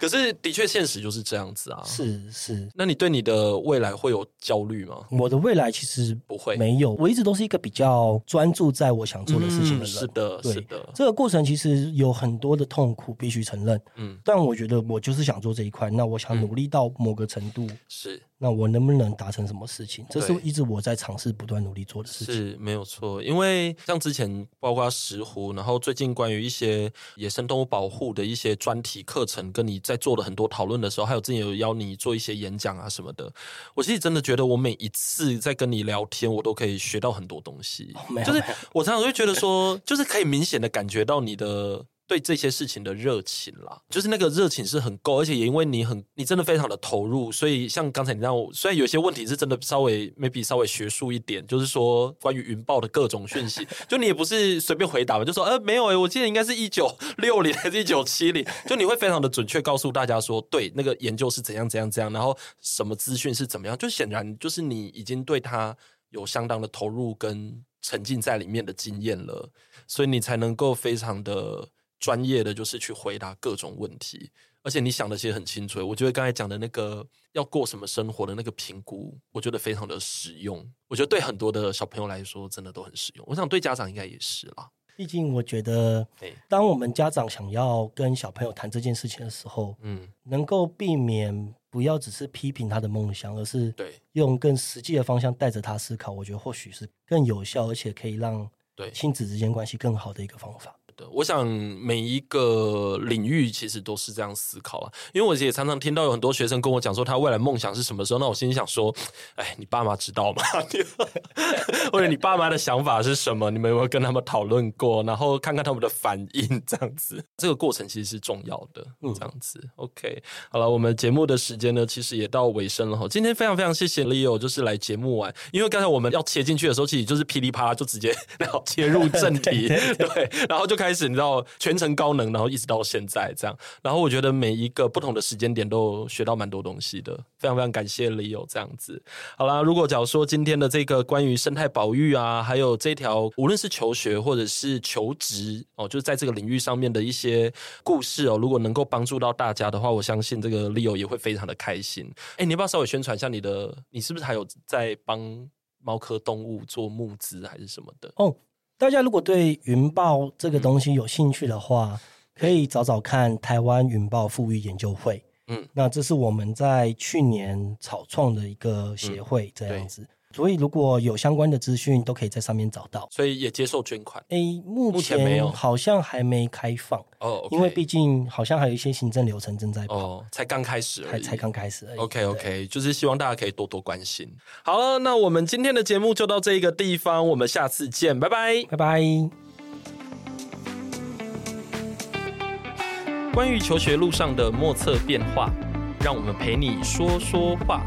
Speaker 1: 可是的确现实就是这样子啊。
Speaker 2: 是是，
Speaker 1: 那你对你的未来会有焦虑吗？
Speaker 2: 我的未来其实
Speaker 1: 不会，
Speaker 2: 没有，我一直都是一个比较专注在我想做的事情
Speaker 1: 嗯
Speaker 2: 的人。
Speaker 1: 是的，
Speaker 2: 对
Speaker 1: 是的，
Speaker 2: 这个过程其实有很多的痛苦，必须承认。
Speaker 1: 嗯，
Speaker 2: 但我觉得我就是想做这一块，那我想
Speaker 1: 嗯
Speaker 2: 努力到某个程度，
Speaker 1: 是
Speaker 2: 那我能不能达成什么事情？这是
Speaker 1: 对
Speaker 2: 一直我在尝试不断努力做的事情。
Speaker 1: 是没有错，因为像之前包括石斛，然后最近关于一些野生动物保护的一些专题课程，跟你在做的很多讨论的时候，还有之前有邀你做一些演讲啊什么的，我其实真的觉得我每一次在跟你聊天，我都可以学到很多东西。
Speaker 2: 哦没有
Speaker 1: 就是
Speaker 2: 没有
Speaker 1: 我常常会觉得说，就是可以明显的感觉到你的。对这些事情的热情啦，就是那个热情是很够，而且也因为你很，你真的非常的投入，所以像刚才你让我，虽然有些问题是真的稍微 maybe 稍微学术一点，就是说关于云豹的各种讯息，就你也不是随便回答嘛，就说呃没有诶、我记得应该是一九六零还是一九七零，就你会非常的准确告诉大家说，对那个研究是怎样怎样怎样，然后什么资讯是怎么样，就显然就是你已经对它有相当的投入跟沉浸在里面的经验了，所以你才能够非常的专业的，就是去回答各种问题。而且你想的其实很清楚，我觉得刚才讲的那个要过什么生活的那个评估，我觉得非常的实用。我觉得对很多的小朋友来说，真的都很实用。我想对家长应该也是啦。
Speaker 2: 毕竟我觉得
Speaker 1: 对，
Speaker 2: 当我们家长想要跟小朋友谈这件事情的时候，
Speaker 1: 嗯，
Speaker 2: 能够避免不要只是批评他的梦想，而是
Speaker 1: 对
Speaker 2: 用更实际的方向带着他思考，我觉得或许是更有效，而且可以让
Speaker 1: 对，
Speaker 2: 亲子之间关系更好的一个方法。
Speaker 1: 的。我想每一个领域其实都是这样思考啊，因为我也常常听到有很多学生跟我讲说他未来梦想是什么时候，那我心里想说，哎，你爸妈知道吗？ 或者你爸妈的想法是什么？你们有没有跟他们讨论过？然后看看他们的反应，这样子， 这个过程其实是重要的。
Speaker 2: 嗯
Speaker 1: 这样子，OK，好了，我们节目的时间呢，其实也到尾声了哈。今天非常非常谢谢 Leo，就是来节目玩，因为刚才我们要切进去的时候，其实就是噼里啪啦就直接然后切入正题，对，然后就开始你知道全程高能，然后一直到现在这样。然后我觉得每一个不同的时间点都学到蛮多东西的，非常非常感谢 Leo 这样子。好啦，如果假如说今天的这个关于生态保育啊，还有这条无论是求学或者是求职哦，就是在这个领域上面的一些故事哦，如果能够帮助到大家的话，我相信这个 Leo 也会非常的开心。哎，你要不要稍微宣传一下你的？你是不是还有在帮猫科动物做募资还是什么的？
Speaker 2: 哦，大家如果对云豹这
Speaker 1: 嗯
Speaker 2: 个东西有兴趣的话，可以找找看台湾云豹富裕研究会。
Speaker 1: 嗯
Speaker 2: 嗯，那这是我们在去年草创的一个
Speaker 1: 嗯
Speaker 2: 协会，这样子。所以如果有相关的资讯，都可以在上面找到。
Speaker 1: 所以也接受捐款
Speaker 2: 诶，目
Speaker 1: 目前没有
Speaker 2: 前好像还没开放，
Speaker 1: 哦，OK，
Speaker 2: 因为毕竟好像还有一些行政流程正在跑，
Speaker 1: 哦才刚开始而
Speaker 2: 才
Speaker 1: 已，
Speaker 2: 才刚开始而已。
Speaker 1: OK OK，就是希望大家可以多多关心。好了，那我们今天的节目就到这个地方，我们下次见，拜拜。
Speaker 2: 拜拜。
Speaker 1: 关于求学路上的莫测变化，让我们陪你说说话。